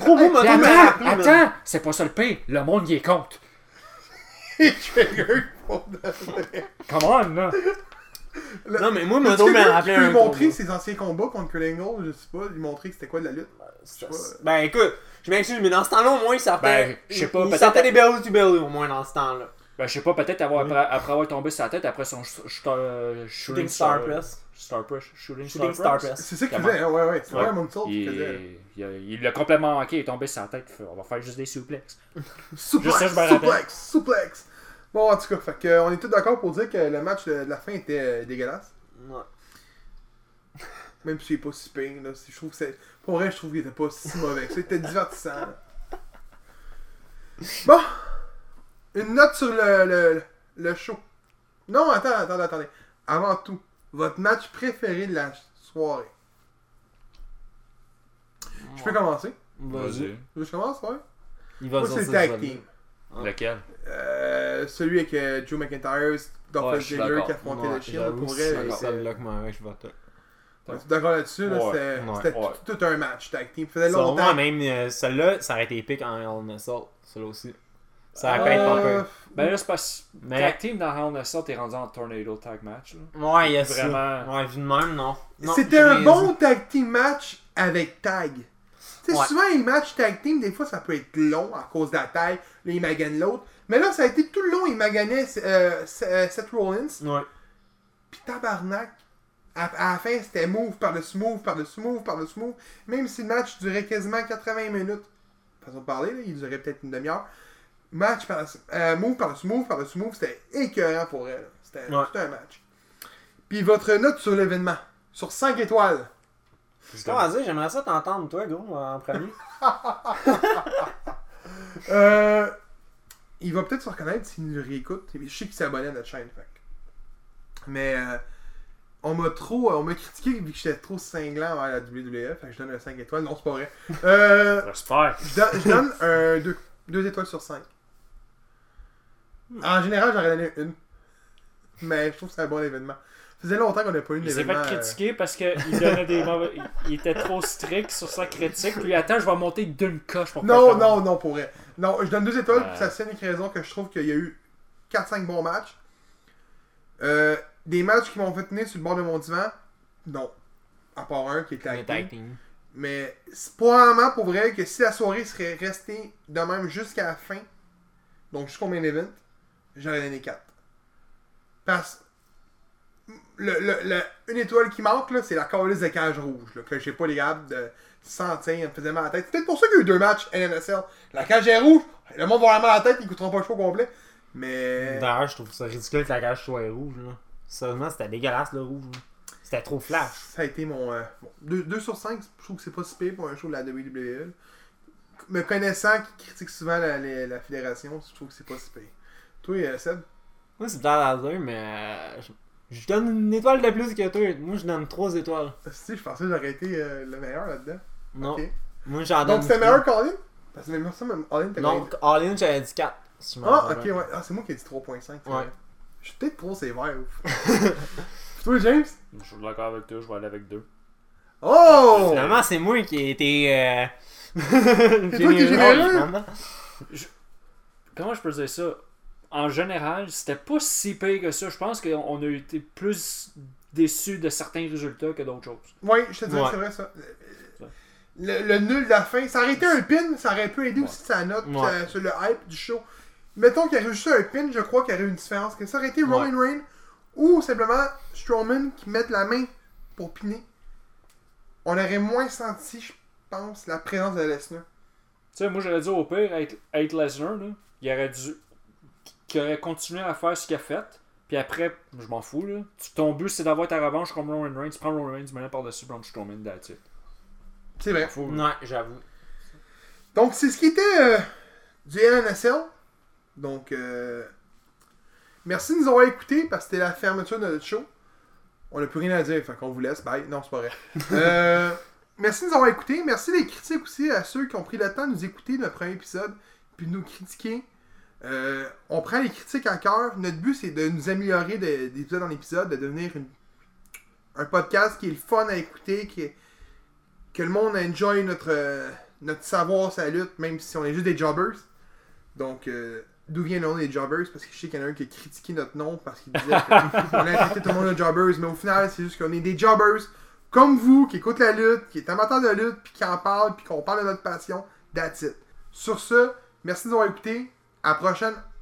S3: Gros mot, m'a
S2: Puis
S3: tout
S2: attends,
S3: rappelé, man.
S2: attends, c'est pas ça le pire. Le monde y est contre.
S1: Trigger pour de vrai.
S2: Come on, là.
S3: Non, mais moi,
S1: Est-ce
S3: Modo
S1: que
S3: m'a
S1: quelqu'un qui
S3: rappelé
S1: peut
S3: un
S1: lui montrer
S3: combat.
S1: ses anciens combats contre Kurt Angle, je sais pas, lui montrer que c'était quoi de la lutte.
S2: Ah,
S3: Ça-
S1: je sais
S3: Ben écoute, je m'excuse, mais dans ce temps-là, au moins, il sortait.
S2: Ben, je sais pas,
S3: il
S2: peut-être-
S3: sortait des bells du belly, au moins, dans ce temps-là.
S2: Ben, je sais pas, peut-être avoir, après, après avoir tombé sur la tête après son sh- sh- euh, shooting
S3: Shooting Star
S2: star,
S3: Press.
S2: Star press. Shooting, star
S3: Shooting Star
S2: press.
S3: Press.
S1: C'est ça qu'il
S2: Comment?
S1: faisait, hein, ouais, ouais. C'est
S2: Ouais.
S1: vraiment un moonsault qu'il faisait.
S2: Il il a- il l'a complètement manqué, il est tombé sur la tête. Fait, On va faire juste des souplexes.
S1: Suplex,
S2: Juste ça, je me rappelle.
S1: suplex, suplex. Bon, en tout cas, fait que, euh, on est tous d'accord pour dire que le match de de la fin était euh, dégueulasse.
S3: Ouais.
S1: Même si c'est pas si pire, là. c'est- Je trouve que c'est. Pour vrai, je trouve qu'il était pas si mauvais. que ça. C'était divertissant. là. Bon! Une note sur le, le, le show. Non, attends, attendez, attendez. Avant tout, votre match préféré de la soirée. Je peux commencer?
S2: Vas-y.
S1: Tu veux que Je commence, ouais?
S3: Il va
S1: Moi,
S3: sortir
S1: c'est
S3: ce
S1: le tag
S3: jeu-là.
S1: team.
S2: Lequel
S1: Euh, celui avec euh, Joe McIntyre,
S2: Ouais,
S1: Dolph
S2: je suis
S1: Ziggler
S2: d'accord.
S1: qui affrontait
S3: Ouais,
S1: le Shield.
S3: j'avoue,
S1: Pour
S3: c'est
S1: vrai, c'est-
S3: celle-là que moi, ouais, je vote.
S1: Ouais, je suis d'accord là-dessus. là,
S2: Ouais,
S1: c'est-
S3: ouais,
S1: C'était
S2: ouais.
S1: tout tout un match tag team. Ça faisait
S3: Selon moi,
S1: longtemps.
S3: même euh, celle-là, ça aurait été épique en Hell in a Cell, Celle-là aussi. Ça aurait pas été
S1: Euh,
S3: pompeux.
S2: Ben là, c'est parce que
S3: Mais-
S2: tag team dans Round of Assault, t'es rendu en Tornado Tag Match. là.
S3: Ouais, il y a ça.
S2: Vraiment.
S3: Ouais, vu de même, non. Non,
S1: C'était un
S3: j'ai
S1: bon tag team match avec tag. Tu sais,
S3: Ouais.
S1: souvent les matchs tag team, des fois ça peut être long à cause de la taille, là ils maganent l'autre. Mais là, ça a été tout le long, ils maganaient euh, S- euh, Seth Rollins.
S3: raison. Ouais.
S1: Puis tabarnak, à, à la fin c'était move par-dessus move, par-dessus move, par-dessus move. Même si le match durait quasiment 80 minutes, façon de parler, là, il durait peut-être une demi-heure. Match par euh, move par-dessus move, par-dessus move, c'était écœurant pour elle. C'était
S3: Ouais.
S1: c'était un match. Puis votre note sur l'événement, sur 5 étoiles.
S3: Comment dire, j'aimerais ça t'entendre, toi, gros, en premier.
S1: Euh, il va peut-être se reconnaître s'il nous réécoute. Je sais qu'il s'est abonné à notre chaîne. fait que. Mais euh, on m'a trop. On m'a critiqué vu que j'étais trop cinglant à la WWF. Fait que je donne un 5 étoiles. Non, c'est pas vrai. Euh,
S2: J'espère.
S1: je don- je donne un 2. 2 étoiles sur 5. En général, j'aurais donné une. Mais je trouve que c'est un bon événement. Ça faisait longtemps qu'on n'a pas eu
S2: Il s'est
S1: d'événement.
S2: fait
S1: euh,
S2: critiquer parce qu'il donnait des mauvais. il- Il était trop strict sur sa critique. Puis attends, je vais monter d'une coche pour
S1: Non,
S2: faire
S1: non, non, pour vrai. Non, je donne deux étoiles
S2: Ouais.
S1: pour la seule et unique raison que je trouve qu'il y a eu 4-5 bons matchs. Euh, des matchs qui m'ont fait tenir sur le bord de mon divan, non. À part un qui est
S3: Le
S1: tag team.
S3: tag team.
S1: Mais c'est probablement pour vrai que si la soirée serait restée de même jusqu'à la fin, donc jusqu'au main event, j'aurais donné 4. Parce le, le, le- une étoile qui manque, là, c'est la calice de cage rouge, là, que j'ai pas les capable de sentir, elle me faisait mal à la tête. C'est peut-être pour ça qu'il y a eu deux matchs NNSL. La cage est rouge, le monde va avoir mal à la tête, ils coûteront pas le show complet. Mais.
S3: Euh, D'ailleurs, je trouve ça ridicule que la cage soit rouge, là. Seulement, c'était dégueulasse, le rouge. là. C'était trop flash.
S1: Ah, Ça a été mon. euh, 2, sur 5, je trouve que c'est pas si pire pour un show de la WWE. Me connaissant qui critique souvent la, la- la fédération, je trouve que c'est pas si pire. Toi, euh, Seb
S3: Moi, c'est bizarre dans un, mais euh, je... je donne une étoile de plus que toi. Moi, je donne trois étoiles.
S1: si, je pensais que j'aurais été euh, le meilleur là-dedans.
S3: Non.
S1: Ok.
S3: Moi, j'en donne.
S1: Donc, c'était
S3: trois.
S1: meilleur qu'Allin Parce que même ça, même Allin t'as
S3: Non, all in, j'avais dit 4. Si je me
S1: Ah,
S3: rappelle
S1: ok,
S3: bien.
S1: ouais. Ah, c'est moi qui ai dit 3.5. c'est
S3: Ouais.
S1: vrai. euh, Je suis peut-être trop sévère. ouf. toi, James
S2: Je suis d'accord avec toi, je vais aller avec deux.
S1: Oh
S3: Finalement, c'est moi qui ai été. Euh...
S1: C'est toi qui es généreux.
S3: finalement.
S2: Comment je peux dire ça En général, c'était pas si pire que ça. Je pense qu'on on a été plus déçus de certains résultats que d'autres choses.
S1: Oui, je te dirais
S3: Ouais.
S1: que c'est vrai ça. Le, le nul de la fin, ça aurait été un pin, ça aurait pu aider aussi sa note
S3: Ouais.
S1: euh, sur le hype du show. Mettons qu'il y aurait juste un pin, je crois qu'il y aurait eu une différence. Que ça aurait été
S3: Ouais.
S1: Roman Reigns ou simplement Strowman qui mette la main pour piner. On aurait moins senti, je pense, la présence de Lesnar.
S2: Tu sais, moi j'aurais dit au pire, être, être Lesnar, là, il aurait dû. qu'il aurait continué à faire ce qu'il a fait. Puis après, je m'en fous, là. Tu- Ton but, c'est d'avoir ta revanche comme Roman Reigns. Prends Roman Reigns, mets-le par-dessus Braun Strowman, that's it.
S1: C'est vrai.
S2: Faut-
S3: Ouais, j'avoue.
S1: Donc, c'est ce qui était euh, du LNSL. Donc, euh, merci de nous avoir écoutés parce que c'était la fermeture de notre show. On n'a plus rien à dire, fait qu'on vous laisse. Bye. Non, c'est pas vrai. Euh, merci de nous avoir écoutés. Merci des critiques aussi à ceux qui ont pris le temps de nous écouter notre premier épisode puis de nous critiquer. Euh, on prend les critiques à cœur. Notre but, c'est de nous améliorer de- d'épisode en épisode, de devenir une- un podcast qui est le fun à écouter, qui est- que le monde enjoy notre, euh, notre savoir, sa lutte, même si on est juste des jobbers. Donc, euh, d'où vient le nom des jobbers Parce que je sais qu'il y en a un qui a critiqué notre nom parce qu'il disait qu'on allait traiter tout le monde de jobbers, mais au final, c'est juste qu'on est des jobbers comme vous, qui écoutent la lutte, qui est amateur de lutte, puis qui en parle, puis qu'on parle de notre passion. That's it. Sur ce, merci de nous avoir écoutés. À la prochaine.